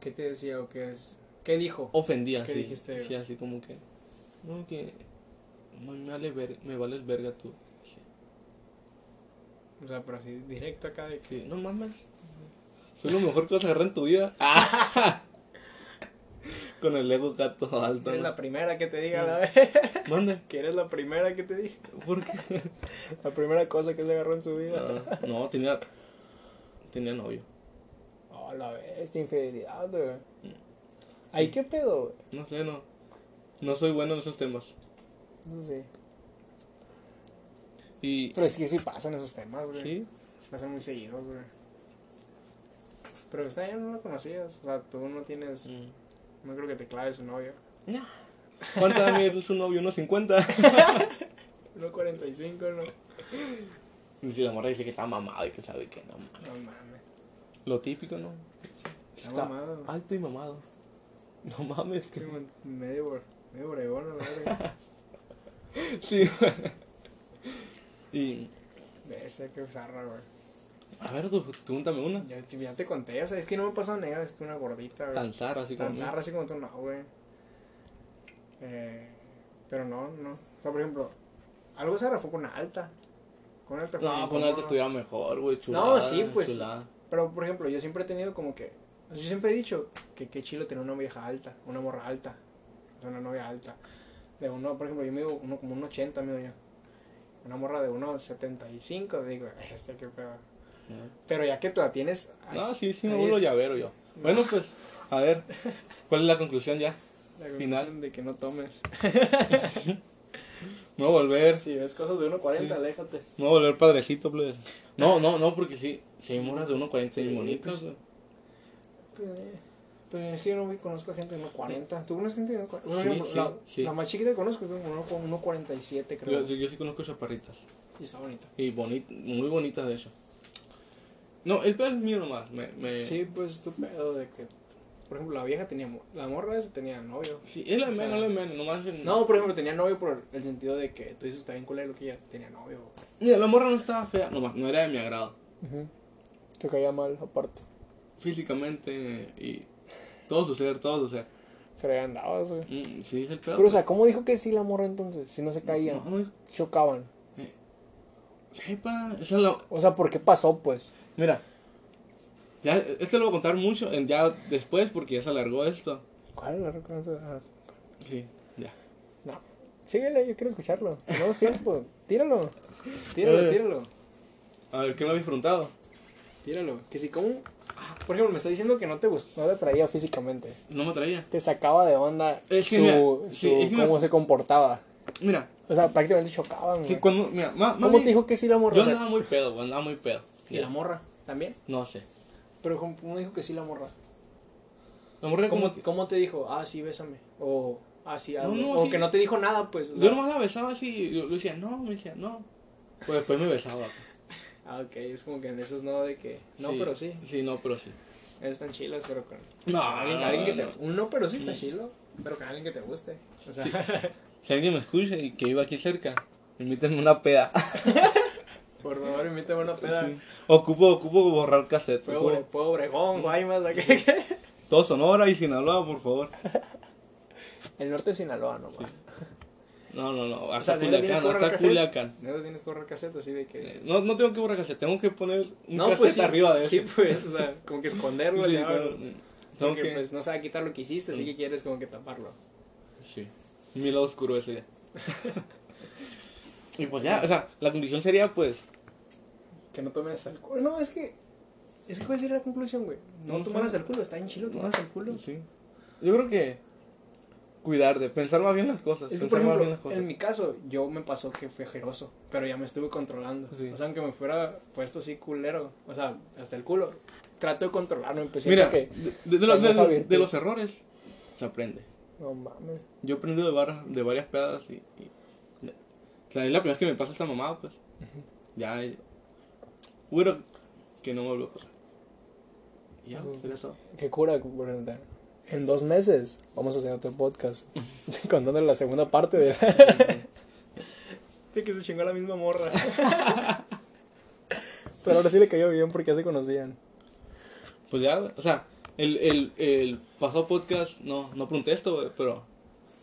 B: ¿Qué te decía o qué es? ¿Qué dijo?
A: Ofendía,
B: ¿Qué
A: sí.
B: dijiste?
A: Sí, así como que. No, que. "Ay, Me vale, ver, me vales verga tú. Dije,
B: O sea, pero así directo acá de que...
A: sí, no mames. Soy lo mejor que vas a agarrar en tu vida. Con el ego gato alto.
B: Eres
A: ¿no?
B: la primera que te diga la vez.
A: Mande.
B: Que eres la primera que te diga.
A: ¿Por qué?
B: La primera cosa que se agarró en su vida.
A: Ah, no, tenía. Tenía novio.
C: Oh, la bestia, infidelidad, güey.
B: Mm.
C: Ay, qué pedo, güey.
A: No sé, no. No soy bueno en esos temas.
C: No sé.
A: Y.
C: Pero es que sí pasan esos temas, güey.
A: Sí,
B: Se pasan muy seguidos, güey. Pero esta ya no la conocías. O sea, tú no tienes...
A: mm.
B: No creo que te clave su novio.
A: ¿Cuánto da mi- su novio? ¿Unos 50?
B: 1.45, no.
A: Y si la morra dice que está mamado y que sabe que no. ma-
B: No mames.
A: Lo típico, ¿no?
B: Está mamado. ¿no?
A: Ay, estoy mamado. No mames.
B: Sí,
A: Sí,
B: güey, medio, bor- medio bregón, la verdad.
A: Y.
B: Bestia, qué zarra, güey.
A: A ver, tú, tú pregúntame una.
B: Ya, ya te conté, o sea, es que no me pasó nada, es que una gordita, güey.
A: Tan zarra, así como.
B: Tan zarra así como tú, no, güey. Eh, pero no, no. O sea, por ejemplo, algo zarra fue con una alta. Con una alta fue
A: No,
B: bien
A: con él te
B: cómodo.
A: estuviera mejor, güey. Chulada,
B: sí, pues,
A: chulada.
B: Pero, por ejemplo, yo siempre he tenido como que... o sea, Yo siempre he dicho que qué chilo tener una vieja alta, una morra alta. O sea, una novia alta. De uno, por ejemplo, yo mido uno, como un 80, mido yo. Una morra de unos 75, digo, este qué pedo. Pero ya que tú la tienes... ay,
A: No, sí, sí, me
B: ahí
A: vuelvo
B: es-
A: llavero yo. Bueno, pues, a ver. ¿Cuál es la conclusión ya?
B: la
A: final.
B: conclusión de que no tomes.
A: Me voy a volver.
B: Si ves cosas de 1.40,
A: Sí.
B: aléjate.
A: No voy a volver padrecito, please. No, no, no, porque sí. Si hay morras de 1.40 y
B: pues,
A: bonitas, güey.
B: Pero Pues, es que yo no güey, conozco a gente de 1.40. ¿Tú conoces gente de 1.40?
A: Sí,
B: Bueno,
A: sí,
B: la,
A: sí.
B: la más chiquita que conozco es como 1.47, creo.
A: Yo, yo- yo sí conozco chaparritas.
B: Y está bonita.
A: Y boni muy bonitas, de hecho. No, el pedo es mío nomás. Me, me...
B: Sí, pues es tu pedo de que. Por ejemplo, la vieja tenía. mo- La morra esa tenía novio.
A: Sí, es la de
B: O sea,
A: menos, es la de menos. Nomás. en-
B: No, por ejemplo, tenía novio por el sentido de que tú dices está bien culero que ella tenía novio.
A: Mira, la morra no estaba fea. Nomás, no era de mi agrado.
C: Ujú. Te caía mal, aparte.
A: Físicamente y. Todo su ser, todo su ser.
C: Se le andabas, güey.
A: Mm, sí, es el pedo.
C: Pero, o sea, ¿cómo dijo que sí la morra entonces? Si no se caían,
A: No, no,
C: chocaban.
A: sepa, esa es la.
C: O sea, ¿por qué pasó, pues?
A: Mira. Ya, este lo voy a contar mucho en- ya después porque ya se alargó esto.
C: ¿Cuál es la recompensa? Ah,
A: Sí, ya.
C: no. Síguele, yo quiero escucharlo. Tenemos tiempo. Tíralo.
B: Tíralo,
A: Eh.
B: tíralo.
A: A ver, ¿qué me habéis preguntado?
B: Tíralo. Que si, como. ah, Por ejemplo, me está diciendo que no te gustó.
C: No te traía físicamente.
A: No me traía.
C: Te sacaba de onda
A: Es que
C: su,
A: mira,
C: su-
A: sí, es que
C: cómo
A: mira.
C: se comportaba.
A: Mira,
C: O sea, prácticamente chocaban,
A: sí,
C: güey.
A: cuando. Mira, ma-
C: ¿Cómo
A: mami,
C: te dijo que sí la morra?
A: Yo
C: O sea,
A: andaba muy pedo, güey, andaba muy pedo.
B: Y la morra también.
A: No sé.
B: Pero como como dijo que sí la morra.
A: La morra como
B: ¿Cómo,
A: que.
B: cómo te dijo? Ah, sí, bésame. O, ah, sí,
A: No,
B: hazlo.
A: no,
B: o
A: sí.
B: que no te dijo nada, pues. o sea,
A: Yo nomás la besaba así y yo yo decía, no, me decía, no. Pues después me besaba.
B: Ah, ok, es como que en esos no, de que. No,
A: Sí,
B: pero sí.
A: Sí, no, pero sí.
B: Están chilos, pero con.
A: No,
B: con alguien, alguien que te.
A: Ah, no.
B: Un no, pero sí está chilo. Pero con alguien que te guste. O sea,
A: Si alguien me escucha y que viva aquí cerca, invítenme una peda.
B: por favor, invítame una peda.
A: Sí. Ocupo, ocupo borrar cassette.
B: Fue
A: ocupo
B: Obre- fue Obregón, Guaymas, acá, acá.
A: Todo Sonora y Sinaloa, por favor.
B: El norte de Sinaloa nomás.
A: No, no, no.
B: O sea,
A: Hasta
B: ¿no le tienes
A: Culiacán,
B: que borrar
A: hasta
B: cassette?
A: Culiacán.
B: No le tienes que borrar cassette así de que.
A: Eh, No, no tengo que borrar cassette, tengo que poner un
B: No,
A: cassette
B: pues sí,
A: arriba de eso.
B: Sí, pues, o sea, como que esconderlo
A: Sí,
B: ya,
A: claro.
B: güey.
A: Tengo
B: Porque
A: que. Mm.
B: pues no sabe quitar lo que hiciste, así que quieres como que taparlo.
A: Sí. Mi lado oscuro ese día. y pues ya, o sea, la conclusión sería pues.
B: Que no tomes alcohol. No, es que. Es que cuál sería la conclusión, güey. No,
A: No
B: tomaras
A: sé.
B: alcohol, está en chilo, tomaras alcohol.
A: Sí. Yo creo que. Cuidarte, pensar más bien las cosas.
B: Es que,
A: pensar
B: por
A: más bien las
B: ejemplo,
A: cosas.
B: en mi caso, yo me pasó que fue jeroso, pero ya me estuve controlando.
A: Sí.
B: O sea, aunque me fuera puesto así culero, o sea, hasta el culo, trato de controlarme. Empecé
A: Mira,
B: que,
A: de, de lo-
B: Vamos
A: de-
B: a ver,
A: de
B: tú.
A: los errores se aprende.
B: no mames.
A: Yo he aprendido de, var- de varias pedas y, y- o sea, es la primera vez que me pasa esta mamada, pues. Ya. y- Juro que no me volvió a pasar. Y Ya,
B: Ujú.
A: era eso.
C: Qué cura, por ejemplo. En dos meses vamos a hacer otro podcast contando la segunda parte de
B: De que se chingó la misma morra.
C: Pero ahora sí le cayó bien porque ya se conocían.
A: Pues ya, o sea, el, el, el pasado podcast, no, no pregunté esto, güey, pero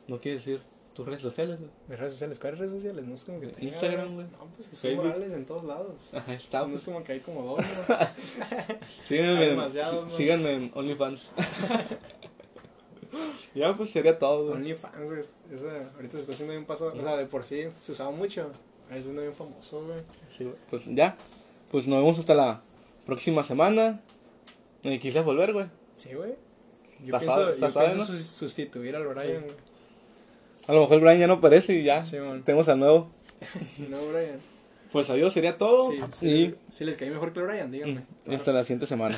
A: no quiere decir tus redes sociales, güey.
B: Mis redes sociales, ¿cuáles redes sociales? No es como que tenga,
A: Instagram, güey.
B: No, pues Jesús
A: Facebook.
B: Morales en todos lados.
A: Ajá, está,
B: No es
A: pues.
B: como que hay como dos, ¿no?
A: Síganme,
B: hay
A: en,
B: demasiados,
A: sí-
B: ¿no?
A: síganme en OnlyFans. ya, pues sería todo, güey.
B: OnlyFans, güey, esa- ahorita se está haciendo bien paso, o sea, de por sí se usaba mucho, ahora se está haciendo bien famoso, güey.
A: Sí, güey. Pues ya, pues nos vemos hasta la próxima semana. Eh, quizás volver, güey.
B: Sí, güey. Yo
A: Está
B: pienso,
A: suave,
B: yo
A: está suave,
B: pienso
A: ¿no?
B: sus- sustituir al Brian, güey.
A: A lo mejor Brian ya no aparece y ya
B: Sí, man.
A: tenemos al nuevo.
B: No, Brian.
A: Pues adiós, sería todo.
B: Sí, sí,
A: y Mm.
B: les- si les caí mejor que el Brian, díganme.
A: hasta la siguiente semana.